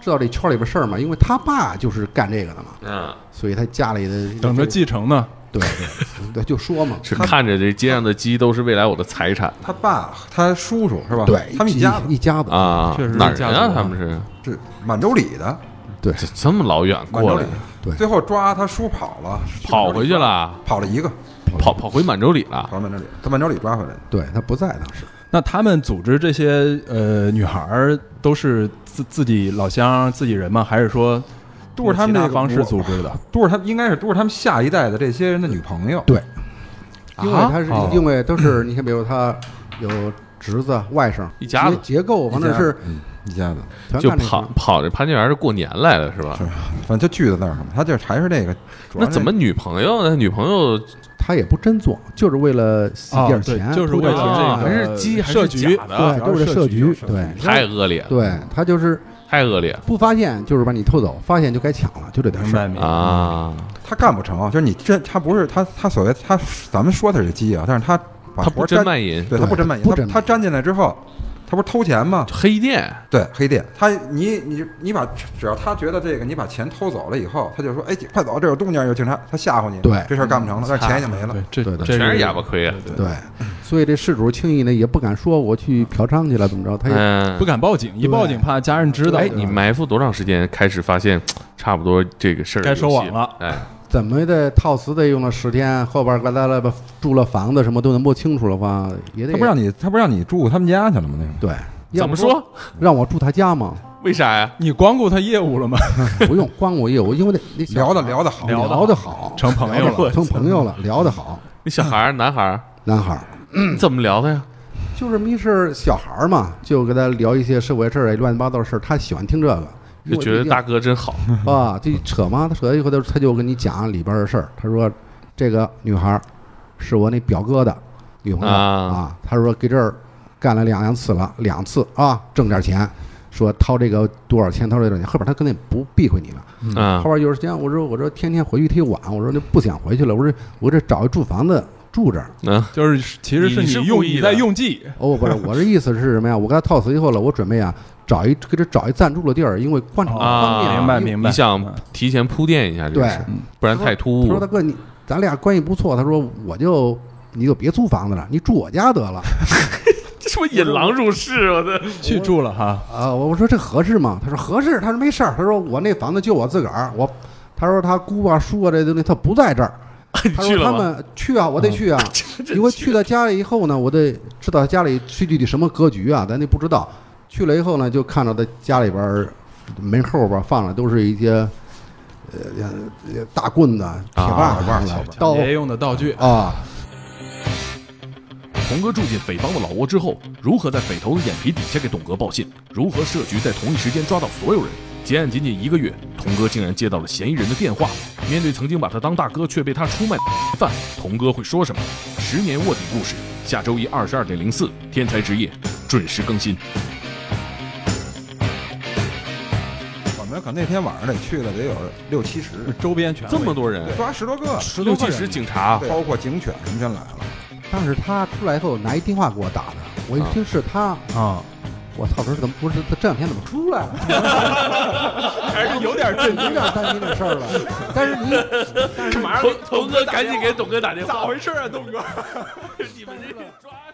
Speaker 5: 知道这圈里边事儿嘛，因为他爸就是干这个的嘛，
Speaker 3: 嗯，
Speaker 5: 所以他家里的
Speaker 4: 等着继承呢。
Speaker 5: 对对对，就说嘛，
Speaker 3: 是看着这街上的鸡都是未来我的财产
Speaker 2: 他爸、他叔叔是吧？
Speaker 5: 对，
Speaker 2: 他们一家子
Speaker 5: 一家子
Speaker 3: 啊
Speaker 4: 确实！是
Speaker 3: 哪儿人
Speaker 4: 家族
Speaker 3: 啊？
Speaker 4: 啊
Speaker 3: 他们是
Speaker 2: 是满洲里的，
Speaker 5: 对
Speaker 3: 这这么老远
Speaker 2: 满
Speaker 3: 过
Speaker 2: 洲里
Speaker 3: 来，。
Speaker 5: 对
Speaker 2: 最后抓他叔跑了，
Speaker 3: 跑回去，了，
Speaker 2: 跑了一个，
Speaker 3: 跑跑回满洲里了。
Speaker 2: 跑到满洲里，他满洲里抓回来的。
Speaker 5: 对他不在当时。
Speaker 4: 那他们组织这些呃女孩儿都是自自己老乡、自己人吗？还是说
Speaker 2: 都是他们
Speaker 4: 用
Speaker 2: 这
Speaker 4: 其
Speaker 2: 个
Speaker 4: 方式
Speaker 2: 模
Speaker 4: 组织的？
Speaker 2: 都是他们应该是都是他们下一代的这些人的女朋友。
Speaker 5: 对啊因为他是、
Speaker 4: 哦
Speaker 5: 因为都是你看，比如他有侄子、外甥
Speaker 3: 一家子
Speaker 5: 结结构，
Speaker 2: 一
Speaker 5: 反
Speaker 2: 家
Speaker 5: 正是
Speaker 2: 嗯一家子，
Speaker 5: 全
Speaker 3: 就
Speaker 5: 干这
Speaker 3: 跑
Speaker 5: 行
Speaker 3: 跑着潘家园是过年来了是吧？
Speaker 2: 反正就聚在那儿嘛。他就还是那个，主要
Speaker 3: 那
Speaker 2: 是
Speaker 3: 怎么女朋友呢？女朋友
Speaker 5: 他也不真做，就是为了洗
Speaker 4: 哦
Speaker 5: 点
Speaker 4: 对
Speaker 5: 钱，，
Speaker 4: 就是
Speaker 5: 图
Speaker 4: 为
Speaker 5: 点
Speaker 3: 啊
Speaker 4: 了这
Speaker 3: 还
Speaker 4: 个
Speaker 3: 是鸡还是
Speaker 4: 设局
Speaker 3: 假的啊
Speaker 5: 对，都是设局，对
Speaker 3: 太恶劣了，
Speaker 5: 对，他就是
Speaker 3: 太恶劣
Speaker 5: 不发现就是把你偷走，发现就该抢了，就这点
Speaker 4: 明
Speaker 5: 事
Speaker 4: 白
Speaker 5: 儿。
Speaker 4: 明
Speaker 3: 了
Speaker 4: 白
Speaker 3: 啊！
Speaker 2: 他干不成？就是你这他不是他他所谓他咱们说他是鸡啊，但是他把
Speaker 3: 他
Speaker 2: 活
Speaker 3: 不
Speaker 2: 儿
Speaker 3: 真
Speaker 2: 沾，
Speaker 3: 卖淫，
Speaker 2: 对他不真卖
Speaker 5: 不
Speaker 2: 他
Speaker 5: 真卖
Speaker 2: 他沾进来之后，他不是偷钱吗？
Speaker 3: 黑店
Speaker 2: 对，黑店，他你你你把只要他觉得这个你把钱偷走了以后，他就说哎快走，这有动静有警察，他吓唬你，
Speaker 5: 对
Speaker 2: 这事儿干不成了，但是钱已经没了。
Speaker 4: 对，这
Speaker 5: 对对
Speaker 4: 这
Speaker 3: 全是哑巴亏啊！
Speaker 5: 对，所以这事主轻易呢也不敢说我去嫖娼去了怎么着，他也、
Speaker 3: 嗯
Speaker 4: 不，敢报警，一
Speaker 5: 对
Speaker 4: 报警怕家人知道。
Speaker 3: 哎，你埋伏多长时间开始发现差不多这个事儿
Speaker 4: 该收网
Speaker 3: 有戏
Speaker 4: 了？
Speaker 3: 哎，
Speaker 5: 怎么得套词得用了十天，后边儿嘎达了吧住了房子什么都弄不清楚的话，也得
Speaker 2: 他不让你，他不让你住他们家去了吗？那个
Speaker 5: 对，要
Speaker 3: 怎么
Speaker 5: 不
Speaker 3: 说？
Speaker 5: 让我住他家吗？
Speaker 3: 为啥呀？
Speaker 4: 你光顾他业务了吗？
Speaker 5: 不用光我业务，因为那那小
Speaker 2: 聊的
Speaker 5: 孩
Speaker 2: 聊的好，
Speaker 4: 聊得
Speaker 5: 聊得好，
Speaker 4: 成朋友
Speaker 5: 聊得好
Speaker 4: 了，
Speaker 5: 成朋友了，聊得好。
Speaker 3: 那小孩儿，男孩儿，
Speaker 5: 男孩儿
Speaker 3: 你怎么聊的呀？
Speaker 5: 就是迷是小孩儿嘛，就跟他聊一些社会事儿、乱七八糟的事儿，他喜欢听这个，因
Speaker 3: 就
Speaker 5: 为
Speaker 3: 觉得
Speaker 5: 毕竟
Speaker 3: 大哥真好，
Speaker 5: 啊，这扯嘛，他扯以后他他就跟你讲里边的事儿，他说这个女孩儿是我那表哥的女朋友
Speaker 3: 啊
Speaker 5: 啊，他说给这儿干了两两次了，两次啊，挣点钱，说掏这个多少钱，掏这个多少钱，后边他根本不避讳你了。
Speaker 3: 嗯
Speaker 5: 后，边有时间，我说我说天天回去忒晚，我说就不想回去了，我说我这找一住房子住这儿。
Speaker 3: 嗯，
Speaker 4: 就是其实
Speaker 3: 你是
Speaker 4: 你
Speaker 3: 故
Speaker 4: 用
Speaker 3: 意的
Speaker 4: 你在用计，
Speaker 5: 哦，不是，我这意思是什么呀？我跟他套词以后了，我准备啊找一给这找一暂住的地儿，因为观察方便
Speaker 3: 啊
Speaker 5: 啊。
Speaker 4: 明白
Speaker 5: 因为
Speaker 4: 明白。
Speaker 3: 你想提前铺垫一下这个
Speaker 5: 对
Speaker 3: 事儿，不然太突
Speaker 5: 他说
Speaker 3: 兀
Speaker 5: 大。哥你咱俩关系不错，他说我就你就别租房子了，你住我家得了。
Speaker 3: 这什么引狼入室？
Speaker 1: 啊
Speaker 3: 我的，
Speaker 4: 去住了哈，
Speaker 5: 啊，我我说这合适吗？他说合适，他说没事儿，他说我那房子就我自个儿，我他说他姑啊叔啊这东西他不在这儿。 他
Speaker 3: 去
Speaker 5: 说
Speaker 3: 了
Speaker 5: 他
Speaker 3: 吗
Speaker 5: 们去啊，我得去啊， 因为去到家里以后呢，我得知道家里具体什么格局啊，咱那不知道。去了以后呢，就看到他家里边儿门后边儿放的都是一些呃呃大棍子、铁
Speaker 3: 啊
Speaker 5: 棒、
Speaker 4: 抢
Speaker 5: 刀
Speaker 3: 哎
Speaker 4: 劫用的道具。
Speaker 5: 啊，
Speaker 1: 童哥住进匪帮的老窝之后，如何在匪头的眼皮底下给董哥报信？如何设局在同一时间抓到所有人？结案仅仅一个月，童哥竟然接到了嫌疑人的电话。面对曾经把他当大哥却被他出卖的犯，童哥会说什么？十年卧底故事，下周一二十二点零四，天才职业准时更新。
Speaker 2: 反正们可那天晚上得去了，得有六七十，
Speaker 4: 周边全
Speaker 3: 这么多人，
Speaker 2: 抓十多个，
Speaker 5: 十
Speaker 3: 六
Speaker 5: 多
Speaker 3: 七
Speaker 5: 个人
Speaker 3: 十警察，
Speaker 2: 包括警犬什么全来了。
Speaker 5: 当时他出来以后拿一电话给我打的，我一听是他，
Speaker 4: 啊，
Speaker 5: 我操，我说怎么不是他这两天怎么出来了？
Speaker 4: 还是有点震
Speaker 5: 有点啊担心这事儿了。但是你
Speaker 3: 头头哥赶紧给董哥打电话，
Speaker 4: 回事啊，东哥？
Speaker 3: 你们这抓。
Speaker 1: 啊